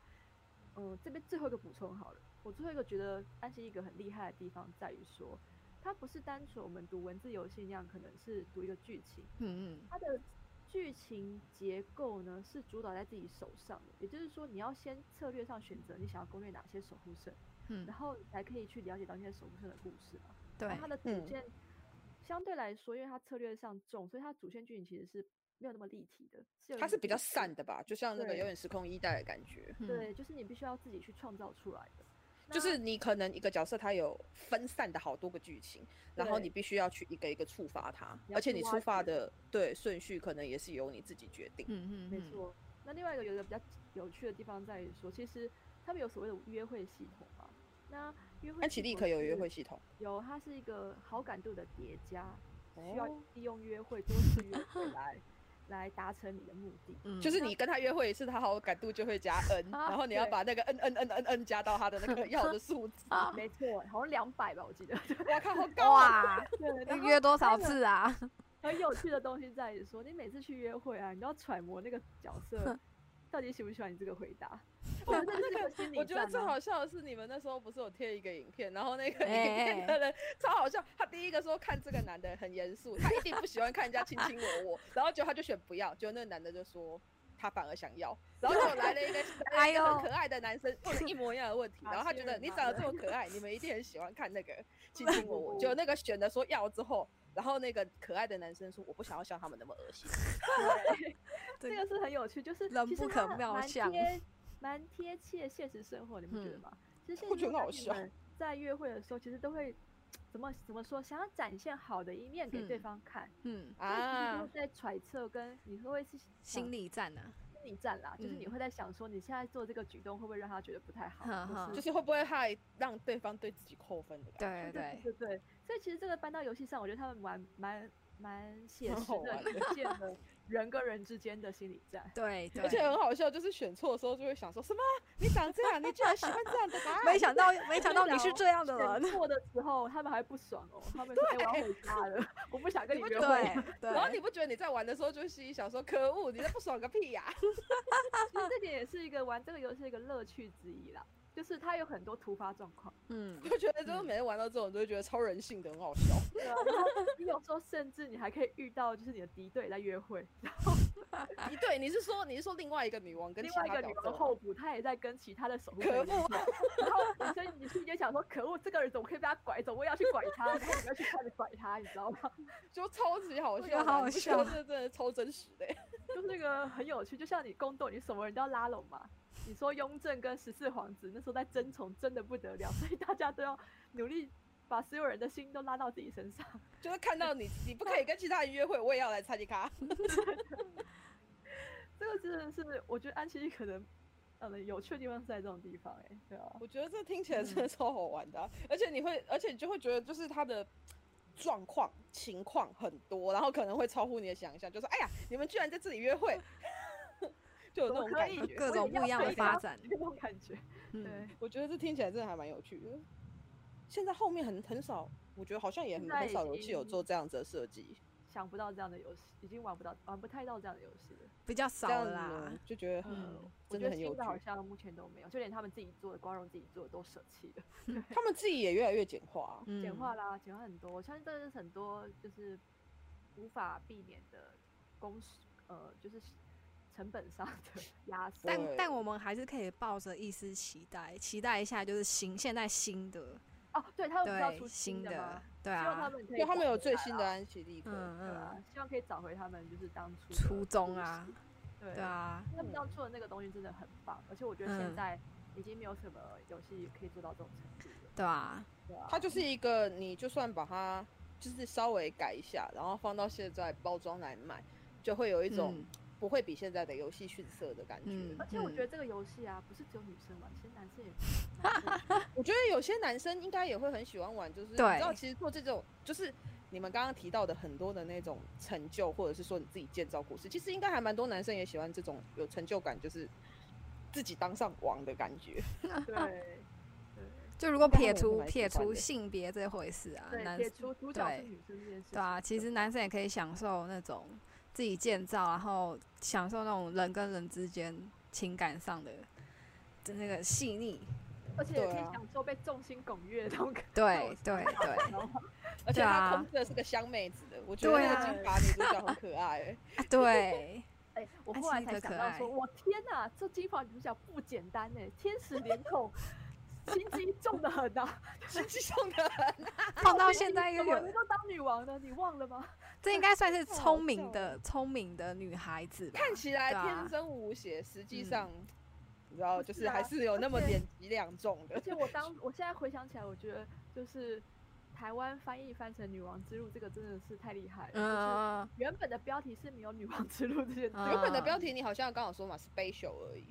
Speaker 3: 嗯，这边最后一个补充好了，我最后一个觉得安琪一个很厉害的地方在于说，它不是单纯我们读文字游戏那样，可能是读一个剧情，
Speaker 6: 嗯嗯
Speaker 3: 它的剧情结构呢是主导在自己手上的，也就是说你要先策略上选择你想要攻略哪些守护圣，
Speaker 6: 嗯
Speaker 3: 然，后你才可以去了解到那些守护圣的故事嘛。
Speaker 6: 对
Speaker 3: 然啊后它的
Speaker 5: 嗯
Speaker 3: 主线、相对来说，因为它策略上重，所以它主线剧情其实是没有那么立体的，是有
Speaker 5: 它
Speaker 3: 一
Speaker 5: 是
Speaker 3: 点
Speaker 5: 比较
Speaker 3: 点
Speaker 5: 散的吧，就像那个
Speaker 3: 对
Speaker 5: 有点时空一代的感觉，
Speaker 6: 嗯
Speaker 3: 对，就是你必须要自己去创造出来的。
Speaker 5: 就是你可能一个角色它有分散的好多个剧情，然后
Speaker 3: 对
Speaker 5: 你必须要去一个一个触发它，
Speaker 3: 你要
Speaker 5: 而且
Speaker 3: 去
Speaker 5: 你
Speaker 3: 挖
Speaker 5: 触发
Speaker 3: 掘
Speaker 5: 的对顺序可能也是由你自己决定。
Speaker 6: 嗯嗯
Speaker 3: 没
Speaker 6: 嗯，
Speaker 3: 错。那另外一个有一个比较有趣的地方在于说，其实他们有所谓的约会系统嘛。那约会
Speaker 5: 安琪
Speaker 3: 系
Speaker 5: 丽
Speaker 3: 统
Speaker 5: 可有约
Speaker 3: 是
Speaker 5: 会系统，
Speaker 3: 有，它是一个好感度的叠加，需要
Speaker 5: 哦
Speaker 3: 利用约会多次约会
Speaker 5: <laughs>
Speaker 3: 来来达成你的目的。
Speaker 6: 嗯。
Speaker 5: 就是你跟他约会一次，他好感度就
Speaker 3: <laughs>
Speaker 5: 会加 n，然后你要
Speaker 3: 对
Speaker 5: 把那个 n n n n n 加到他的
Speaker 3: <laughs>
Speaker 5: 那个要的数字
Speaker 6: 啊
Speaker 3: 没错，好像两百吧，我记
Speaker 5: <laughs>
Speaker 3: 得。
Speaker 5: 哇靠，好高啊！
Speaker 6: 哇，
Speaker 3: 对，然后
Speaker 6: 约多
Speaker 3: 还
Speaker 6: 少
Speaker 3: 有
Speaker 6: 次啊？
Speaker 3: 很有趣的东西在于说，你每次去约会啊，你都要揣摩那个角色到底喜不喜欢你这个回答。 <laughs> 我觉得这是一个心理
Speaker 5: 我觉得
Speaker 3: 战
Speaker 5: 最
Speaker 3: 啊
Speaker 5: 好笑的是，你们那时候不是有贴一个影片，然后那个影
Speaker 6: 哎
Speaker 5: 片的人超好笑。他第一个说看这个男的很严肃，他一定不喜欢看人家卿卿我我，然后结果他就选不要，结果那个男的就说他反而想要，然后就
Speaker 6: <laughs>
Speaker 5: 来了一个
Speaker 6: 哎
Speaker 5: 来了一
Speaker 6: 呦
Speaker 5: 个很可爱的男生，问了一模一样的问
Speaker 6: <laughs>
Speaker 5: 题，
Speaker 3: 好
Speaker 5: 然后他
Speaker 3: 吸
Speaker 5: 觉得
Speaker 3: 引
Speaker 5: 你
Speaker 3: 嘛
Speaker 5: 长得这么可爱，你们一定很喜欢看那个卿卿我我。结果那个选的说要之后。然后那个可爱的男生说：“我不想要像他们那么恶
Speaker 6: <laughs>
Speaker 5: 心。
Speaker 3: 这个是很有趣，就是
Speaker 6: 人
Speaker 3: 其
Speaker 6: 不
Speaker 3: 实
Speaker 6: 可
Speaker 3: 它
Speaker 6: 貌
Speaker 3: 蛮
Speaker 6: 相
Speaker 3: 贴蛮贴切现实生活，你们觉得
Speaker 6: 嗯
Speaker 3: 吗？其实现
Speaker 5: 我
Speaker 3: 实
Speaker 5: 觉得很好
Speaker 3: 生
Speaker 5: 笑
Speaker 3: 活中你们在约会的时候，其实都会怎么怎么说，想要展现好的一面给对
Speaker 6: 嗯
Speaker 3: 方看，
Speaker 6: 嗯，
Speaker 3: 啊，
Speaker 5: 啊
Speaker 3: 都在揣测跟你会不会是想
Speaker 6: 心理战啊，
Speaker 3: 心理战啦，就是你
Speaker 6: 嗯
Speaker 3: 会在想说你现在做这个举动会不会让他觉得不太好，
Speaker 6: 哈
Speaker 3: 或
Speaker 6: 哈”
Speaker 5: 就是会不会害让对方对自己扣分的感觉？
Speaker 6: 对
Speaker 3: 对
Speaker 6: 对，
Speaker 3: 对对，所以其实这个搬到游戏上，我觉得他们玩蛮蛮写
Speaker 5: 蛮
Speaker 3: 实
Speaker 5: 好
Speaker 3: 的，
Speaker 5: 玩
Speaker 3: 可见了人跟人之间的心理战。
Speaker 6: 对对
Speaker 5: 而，且很好笑，就是选错的时候就会想说什么，你长这样，你居然喜欢这样的答案，
Speaker 6: 没想到没想到你是这样的
Speaker 5: <laughs>
Speaker 6: 人，
Speaker 3: 选错的时候，他们还不爽哦，他们说：“哎、我要回家了，我不想跟你
Speaker 5: 你不
Speaker 3: 约
Speaker 5: 觉得
Speaker 3: 会。”
Speaker 6: 对
Speaker 5: 然后你
Speaker 6: 对，
Speaker 5: 不觉得你在玩的时候就心里想说，可恶，你在不爽个屁呀、 <laughs>
Speaker 3: 其实这点也是一个玩这个游戏的一个乐趣之一啦，就是它有很多突发状况，
Speaker 6: 嗯，
Speaker 5: 就觉得就是每次玩到这种，就会觉得超人性的，很好笑。
Speaker 3: 对啊，然后你有时候甚至你还可以遇到就是你的敌对在约会，
Speaker 5: 你对，你是说你是说另外一个女王跟
Speaker 3: 另
Speaker 5: 其
Speaker 3: 外一
Speaker 5: 他
Speaker 3: 个女
Speaker 5: 角
Speaker 3: 王
Speaker 5: 色？
Speaker 3: 候补，她也在跟其他的守护
Speaker 5: 可
Speaker 3: 者约会，然后你所以你瞬间想说，可恶，这个人怎么可以被他拐走？我也要去拐他，然后你要去看着拐他，你知道吗？ <laughs>
Speaker 5: 就超级好
Speaker 6: 觉
Speaker 5: 笑
Speaker 6: 得
Speaker 5: 的，啊
Speaker 6: 好好
Speaker 5: 你不觉
Speaker 6: 笑
Speaker 5: 得这真的超真实的欸。 <laughs>
Speaker 3: 就是那个很有趣，就像你宫斗，你什么人都要拉拢嘛。你说雍正跟十四皇子那时候在争宠，真的不得了，所以大家都要努力把所有人的心都拉到自己身上。 <laughs>
Speaker 5: 就是看到你，你不可以跟其他人约会，我也要来参加咖。
Speaker 3: 这个真的是，我觉得安琪可能，嗯，有趣的地方是在这种地方、欸，哎，对啊，
Speaker 5: 我觉得这听起来真的超好玩的啊、而且你会，而且你就会觉得就是他的状况情况很多，然后可能会超乎你的想象，就是哎呀，你们居然在这里约会，
Speaker 3: <laughs>
Speaker 5: 就有那
Speaker 3: 我
Speaker 5: 种
Speaker 3: 可
Speaker 5: 感
Speaker 3: 以
Speaker 5: 觉。
Speaker 6: 各种不一样的发展，
Speaker 3: 那啊种感觉，对
Speaker 6: 嗯，。
Speaker 5: 我觉得这听起来真的还蛮有趣的。现在后面很很少，我觉得好像也很
Speaker 3: 现在已
Speaker 5: 很少游戏有
Speaker 3: 经
Speaker 5: 做这样子的设计，
Speaker 3: 想不到这样的游戏，已经玩不到，玩不太到这样的游戏了。
Speaker 6: 比较
Speaker 5: 这
Speaker 6: 少
Speaker 5: 样
Speaker 6: 了
Speaker 5: 子
Speaker 6: 啦
Speaker 5: 呢。就觉得很、
Speaker 3: 嗯我
Speaker 5: 嗯真
Speaker 3: 觉得
Speaker 5: 的很有
Speaker 3: 新
Speaker 5: 趣
Speaker 3: 的。好像目前都没有，就连他们自己做的，光荣自己做的都舍弃了，
Speaker 5: 他们自己也越来越简化，
Speaker 6: 嗯
Speaker 3: 简化啦，简化很多。我相信这是很多就是无法避免的公司，呃，就是成本上的压缩。
Speaker 6: 但
Speaker 5: 对
Speaker 6: 但我们还是可以抱着一丝期待，期待一下就是新现在新的
Speaker 3: 哦，对他们不是要
Speaker 6: 对
Speaker 3: 出
Speaker 6: 新
Speaker 3: 的吗？
Speaker 6: 对
Speaker 3: 希望他
Speaker 6: 啊，
Speaker 3: 们可
Speaker 5: 因
Speaker 3: 以
Speaker 5: 为他们
Speaker 3: 找
Speaker 5: 有
Speaker 3: 回
Speaker 5: 最
Speaker 3: 来
Speaker 5: 新
Speaker 3: 啦
Speaker 5: 的安琪丽克，
Speaker 6: 嗯
Speaker 3: 对
Speaker 6: 嗯
Speaker 3: 啊，，希望可以找回他们就是当初的
Speaker 6: 初衷
Speaker 3: 初
Speaker 6: 啊，
Speaker 3: 心，对
Speaker 6: 对，啊，
Speaker 3: 他们当初的那个东西真的很棒，而且我觉得现
Speaker 6: 嗯
Speaker 3: 在已经没有什么游戏可以做到这种程度了，
Speaker 6: 对啊，
Speaker 3: 对啊，
Speaker 5: 它就是一个你就算把它就是稍微改一下，然后放到现在包装来卖，就会有一种
Speaker 6: 嗯
Speaker 5: 不会比现在的游戏逊色的感觉。
Speaker 6: 嗯
Speaker 3: 而且我觉得这个游戏啊，不是只有女生玩，其实男
Speaker 6: <laughs>
Speaker 3: 生也可以
Speaker 5: 我觉得有些男生应该也会很喜欢玩，就是你知
Speaker 6: 对
Speaker 5: 道，其实做这种就是你们刚刚提到的很多的那种成就，或者是说你自己建造故事，其实应该还蛮多男生也喜欢这种有成就感，就是自己当上王的感
Speaker 6: <laughs>
Speaker 5: 觉。
Speaker 3: 玩对。
Speaker 6: 呃就如果
Speaker 5: 那
Speaker 6: 撇
Speaker 5: 我是
Speaker 6: 除
Speaker 5: 蛮喜
Speaker 6: 撇
Speaker 5: 欢
Speaker 6: 除
Speaker 5: 的
Speaker 6: 性别这回事啊，
Speaker 3: 对，
Speaker 6: 男
Speaker 3: 撇除主角是
Speaker 6: 对
Speaker 3: 女生这件事情，
Speaker 6: 对啊，其实男生也可以享受那种自己建造，然后享受那种人跟人之间情感上的的那个细
Speaker 3: <laughs>
Speaker 6: 腻，
Speaker 3: 而且也可
Speaker 5: 对
Speaker 3: 以
Speaker 5: 啊
Speaker 3: 享受被众星拱月的那
Speaker 6: <laughs>
Speaker 3: 种感
Speaker 6: 对对对，
Speaker 3: <laughs>
Speaker 5: 而且
Speaker 6: 对
Speaker 5: 他
Speaker 6: 啊
Speaker 5: 控制的是个香妹子的，我觉得
Speaker 6: 对
Speaker 5: 那
Speaker 6: 啊
Speaker 5: 个金发女主角很可爱、 <laughs> 欸。
Speaker 6: 啊
Speaker 3: <laughs>
Speaker 6: 对，
Speaker 3: 哎、我
Speaker 6: 安
Speaker 3: 后来
Speaker 6: 琪丽
Speaker 3: 才
Speaker 6: 可
Speaker 3: 想
Speaker 6: 可
Speaker 3: 到
Speaker 6: 爱
Speaker 3: 说，我天哪，这金发女主角不简单哎、天使脸孔， <laughs> 心机重的很呐、啊。
Speaker 5: 心机重的很，
Speaker 6: 放到现在又
Speaker 3: 怎么哦能
Speaker 6: 有，
Speaker 3: 够当女王呢？你忘了吗？
Speaker 6: 这应该算是
Speaker 5: 好
Speaker 6: 聪明
Speaker 5: 笑
Speaker 6: 的聪明的女孩子吧？
Speaker 5: 看起来
Speaker 6: 对啊
Speaker 5: 天生无邪，实际
Speaker 6: 嗯
Speaker 5: 上、你知道，
Speaker 3: 不
Speaker 5: 就是是还
Speaker 3: 啊
Speaker 5: 是有那么
Speaker 3: 而且
Speaker 5: 点几两重
Speaker 3: 而
Speaker 5: 的。
Speaker 3: 且我当我现在回想起来，我觉得就是台湾翻译翻成《女王之路》，这个真的是太厉害了。就是
Speaker 6: 嗯
Speaker 3: 原本的标题是没有《女王之路》这件事，
Speaker 6: 啊
Speaker 5: <laughs> 原本的标题你好像刚好说嘛，special 而已。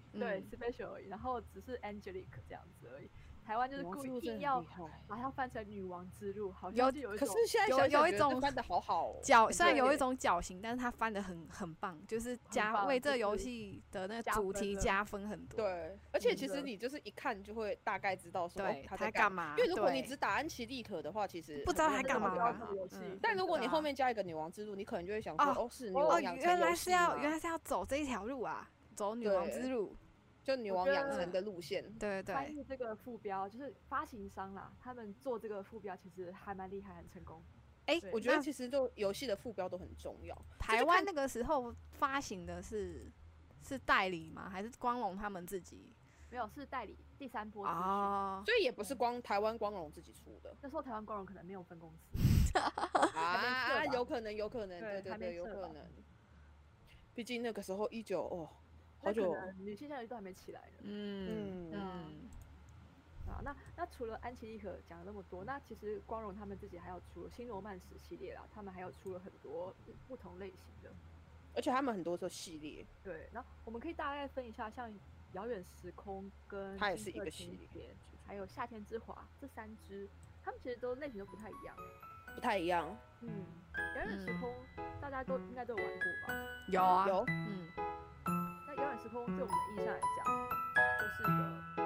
Speaker 6: 嗯
Speaker 3: 对 special 而已，然后只是 Angelic 这样子而已。台湾就是
Speaker 5: 王
Speaker 3: 故
Speaker 5: 之路
Speaker 3: 意
Speaker 5: 真
Speaker 3: 硬
Speaker 5: 的很
Speaker 3: 要
Speaker 5: 厉害
Speaker 3: 把它翻成《女王之路》，好
Speaker 6: 有
Speaker 3: 像就有一
Speaker 5: 可
Speaker 3: 种。
Speaker 5: 是现在
Speaker 6: 有
Speaker 5: 想想
Speaker 6: 有一
Speaker 5: 觉得这
Speaker 6: 种
Speaker 5: 翻的好好、哦，
Speaker 6: 脚虽然
Speaker 5: 对
Speaker 6: 有一种脚型，但是它翻的很很棒，就是加
Speaker 3: 棒
Speaker 6: 为
Speaker 3: 就
Speaker 6: 这游
Speaker 3: 是
Speaker 6: 戏的那个
Speaker 3: 加
Speaker 6: 主
Speaker 3: 分
Speaker 6: 题
Speaker 3: 了
Speaker 6: 加分很多。
Speaker 5: 对，而且其实
Speaker 3: 真的
Speaker 5: 你就是一看就会大概知道说、哦
Speaker 6: 嗯对，
Speaker 5: 他
Speaker 6: 它
Speaker 5: 在
Speaker 6: 在
Speaker 5: 干
Speaker 6: 干
Speaker 5: 嘛。
Speaker 6: 嘛？
Speaker 5: 因为如果你
Speaker 6: 对
Speaker 5: 只打安琪丽可的话，其实
Speaker 6: 不知道它
Speaker 5: 很多
Speaker 6: 干嘛
Speaker 5: 人都不知道
Speaker 6: 嘛
Speaker 5: 它
Speaker 3: 游戏
Speaker 6: 嗯
Speaker 5: 但如果你
Speaker 6: 对啊
Speaker 5: 后面加一个女王之路，你可能就会想说，
Speaker 6: 哦
Speaker 5: 哦，是女
Speaker 3: 哦
Speaker 6: 哦，
Speaker 5: 王养成
Speaker 6: 原来
Speaker 5: 游
Speaker 6: 是
Speaker 5: 戏
Speaker 6: 要
Speaker 5: 嘛
Speaker 6: 原来是要走这一条路啊，走女王之
Speaker 5: 对
Speaker 6: 路。
Speaker 5: 就女
Speaker 3: 我
Speaker 5: 王
Speaker 3: 觉
Speaker 5: 养
Speaker 3: 得
Speaker 5: 成的路线。
Speaker 6: 对对
Speaker 3: 翻
Speaker 6: 对，
Speaker 3: 译这个副标，就是发行商啦，他们做这个副标其实还蛮厉害，很成功。
Speaker 6: 哎、
Speaker 3: 对
Speaker 5: 我觉得
Speaker 6: 那哦
Speaker 5: 其实就游戏的副标都很重要。
Speaker 6: 台湾那个时候发行的是是代理吗？还是光荣他们自己？
Speaker 3: 没有，是代理第三波资讯。
Speaker 6: 哦，
Speaker 5: 所以也不是光台湾光荣自己出的
Speaker 3: 那时候台湾光荣可能没有分公司，还
Speaker 5: 啊，
Speaker 3: 没撤吧
Speaker 5: 有可能，有可能，
Speaker 3: 对
Speaker 5: 对对
Speaker 3: 还没
Speaker 5: 对，有
Speaker 3: 撤
Speaker 5: 可
Speaker 3: 吧
Speaker 5: 能。毕竟那个时候一九哦，好
Speaker 3: 那可
Speaker 5: 久，
Speaker 3: 能女性向游戏都还没起来呢。
Speaker 6: 嗯
Speaker 5: 嗯
Speaker 6: 嗯，
Speaker 3: 啊，那那除了安琪丽可讲了那么多，那其实光荣他们自己还有出了新罗曼史系列啦，他们还有出了很多不同类型的。
Speaker 5: 而且他们很多时候系列，
Speaker 3: 对，那我们可以大概分一下，像《遥远时空》跟《
Speaker 5: 它也
Speaker 3: 金
Speaker 5: 是一
Speaker 3: 色
Speaker 5: 个
Speaker 3: 情
Speaker 5: 系
Speaker 3: 节还有《夏天之华》这三支，他们其实都类型都不太一样。
Speaker 4: 不太一样。
Speaker 3: 嗯，《遥远时
Speaker 6: 嗯
Speaker 3: 空》大家都应该都有玩过吧？
Speaker 6: 有啊，
Speaker 4: 有
Speaker 6: 嗯，
Speaker 3: 那《遥远时空》对我们的印象来讲，就是一个